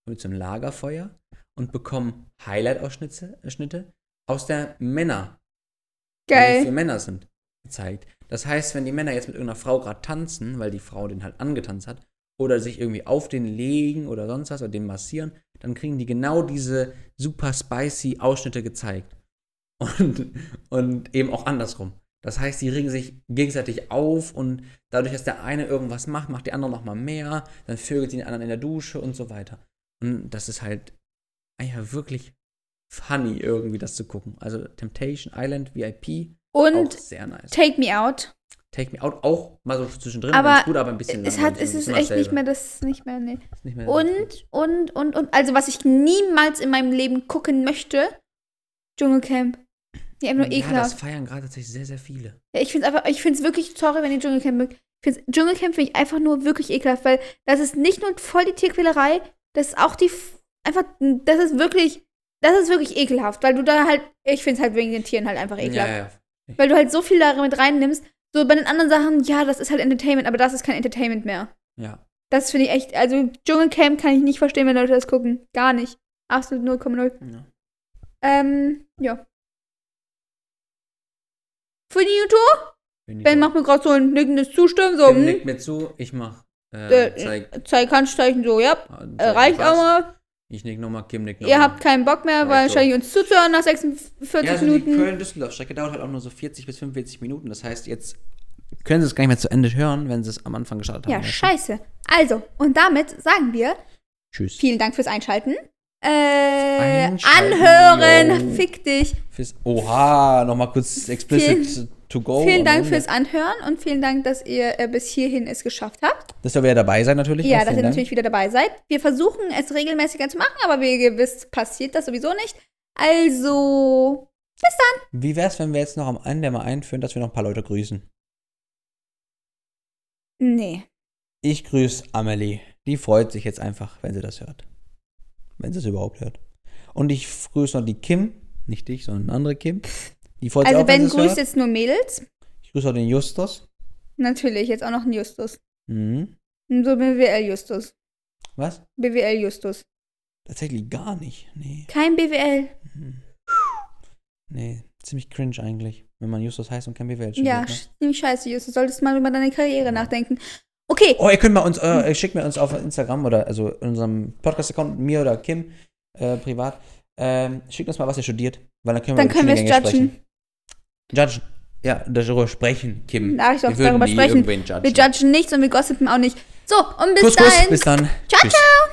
D: mit so einem Lagerfeuer und bekommen Highlight-Ausschnitte äh, Schnitte aus der Männer, weil die vier
A: Geil.
D: Männer sind, gezeigt. Das heißt, wenn die Männer jetzt mit irgendeiner Frau gerade tanzen, weil die Frau den halt angetanzt hat, oder sich irgendwie auf den legen oder sonst was oder den massieren, dann kriegen die genau diese super spicy Ausschnitte gezeigt. Und, und eben auch andersrum. Das heißt, die regen sich gegenseitig auf und dadurch, dass der eine irgendwas macht, macht die andere nochmal mehr, dann vögelt die den anderen in der Dusche und so weiter. Und das ist halt ja wirklich funny irgendwie, das zu gucken. Also Temptation Island VIP, auch
A: Und
D: sehr nice.
A: Take Me Out.
B: Take Me Out auch mal so zwischendrin.
A: Aber
B: ganz gut, aber ein bisschen
A: Es, hat,
B: langweilig
A: es
B: und
A: ist
B: immer
A: echt nicht
B: dasselbe.
A: mehr das, nicht mehr, nee.
B: Ist nicht mehr
A: Und, und, und, und, also was ich niemals in meinem Leben gucken möchte, Dschungelcamp. Ja, einfach nur
B: ja, das
A: ekelhaft.
B: feiern gerade tatsächlich sehr, sehr viele.
A: Ja, ich finde einfach, ich finde es wirklich, sorry, wenn ihr Dschungelcamp mögt. Ich find's, Dschungelcamp finde ich einfach nur wirklich ekelhaft, weil das ist nicht nur voll die Tierquälerei, das ist auch die, F- einfach, das ist wirklich, das ist wirklich ekelhaft, weil du da halt, ich finde es halt wegen den Tieren halt einfach ekelhaft.
B: Ja, ja, ja.
A: Weil du halt so viel da mit reinnimmst. So bei den anderen Sachen, ja, das ist halt Entertainment, aber das ist kein Entertainment mehr.
B: ja.
A: Das finde ich echt, also Dschungelcamp kann ich nicht verstehen, wenn Leute das gucken. Gar nicht. Absolut 0,0.
B: ja.
A: Ähm, ja. Für die YouTube?
B: Bin ich
A: Ben
B: auch.
A: macht mir gerade so ein nickendes Zustimmen, so,
B: Tim
A: hm,
B: nickt mir zu, ich mach. Äh,
A: Äh,
B: zeig,
A: zeig Handzeichen, so, ja,
B: zeig
A: äh, reicht
B: was.
A: auch mal.
B: Ich nick nochmal, Kim nickt
A: Ihr habt keinen Bock mehr,
B: Reicht
A: weil
B: so.
A: wahrscheinlich uns zuzuhören nach 46
B: ja, also Die
A: Minuten.
B: Köln-Düsseldorf-Strecke dauert halt auch nur so 40 bis 45 Minuten. Das heißt, jetzt können sie es gar nicht mehr zu Ende hören, wenn sie es am Anfang gestartet
A: Ja,
B: haben.
A: scheiße. Also, und damit sagen wir,
B: Tschüss.
A: vielen Dank fürs Einschalten. Äh,
B: Einschalten,
A: anhören,
B: yo.
A: fick dich.
B: Fürs Oha, nochmal kurz explicit to go.
A: vielen
B: am
A: Dank
B: Ende.
A: fürs Anhören und vielen Dank, dass ihr äh, bis hierhin es geschafft habt.
B: Dass ihr wieder dabei seid natürlich.
A: Ja,
B: Vielen
A: dass ihr
B: Dank.
A: natürlich wieder dabei seid. Wir versuchen es regelmäßiger zu machen, aber wie ihr wisst, passiert das sowieso nicht. Also,
B: Wie wär's, wenn wir jetzt noch am Ende mal einführen, dass wir noch ein paar Leute grüßen?
A: nee.
B: Ich grüße Amelie. Die freut sich jetzt einfach, wenn sie das hört. Wenn sie es überhaupt hört. Und ich grüße noch die Kim. Nicht dich, sondern eine andere Kim. Die freut sich
A: Also,
B: auch, wenn
A: Ben
B: sie es
A: grüßt
B: hört.
A: jetzt nur Mädels.
B: Ich grüße auch den Justus.
A: Natürlich, jetzt auch noch ein Justus.
B: Mhm.
A: So BWL-Justus.
B: Was?
A: BWL-Justus.
B: Tatsächlich gar nicht. Nee.
A: Kein BWL.
B: Nee. Ziemlich cringe eigentlich. Wenn man Justus heißt und kein BWL studiert,
A: Ja,
B: ne?
A: sch- ziemlich scheiße, Justus. Solltest mal über deine Karriere nachdenken. Okay,
B: Oh, ihr könnt mal uns, euer, äh, schickt mir uns auf Instagram oder also in unserem Podcast-Account, mir oder Kim, äh, privat, ähm, schickt uns mal, was ihr studiert, weil dann können wir
A: Dann
B: über
A: können wir es
B: Studiengänge
A: judgen.
B: Judgen. Ja, darüber sprechen, Kim.
A: Darf ich doch
B: würden
A: darüber
B: nie
A: sprechen?
B: irgendwen
A: wir
B: Judgen.
A: judgen nichts und wir gossipen auch nicht. So, und bis
B: Kuss,
A: dahin.
B: Kuss, bis dann.
A: Ciao,
B: Tschüss.
A: ciao.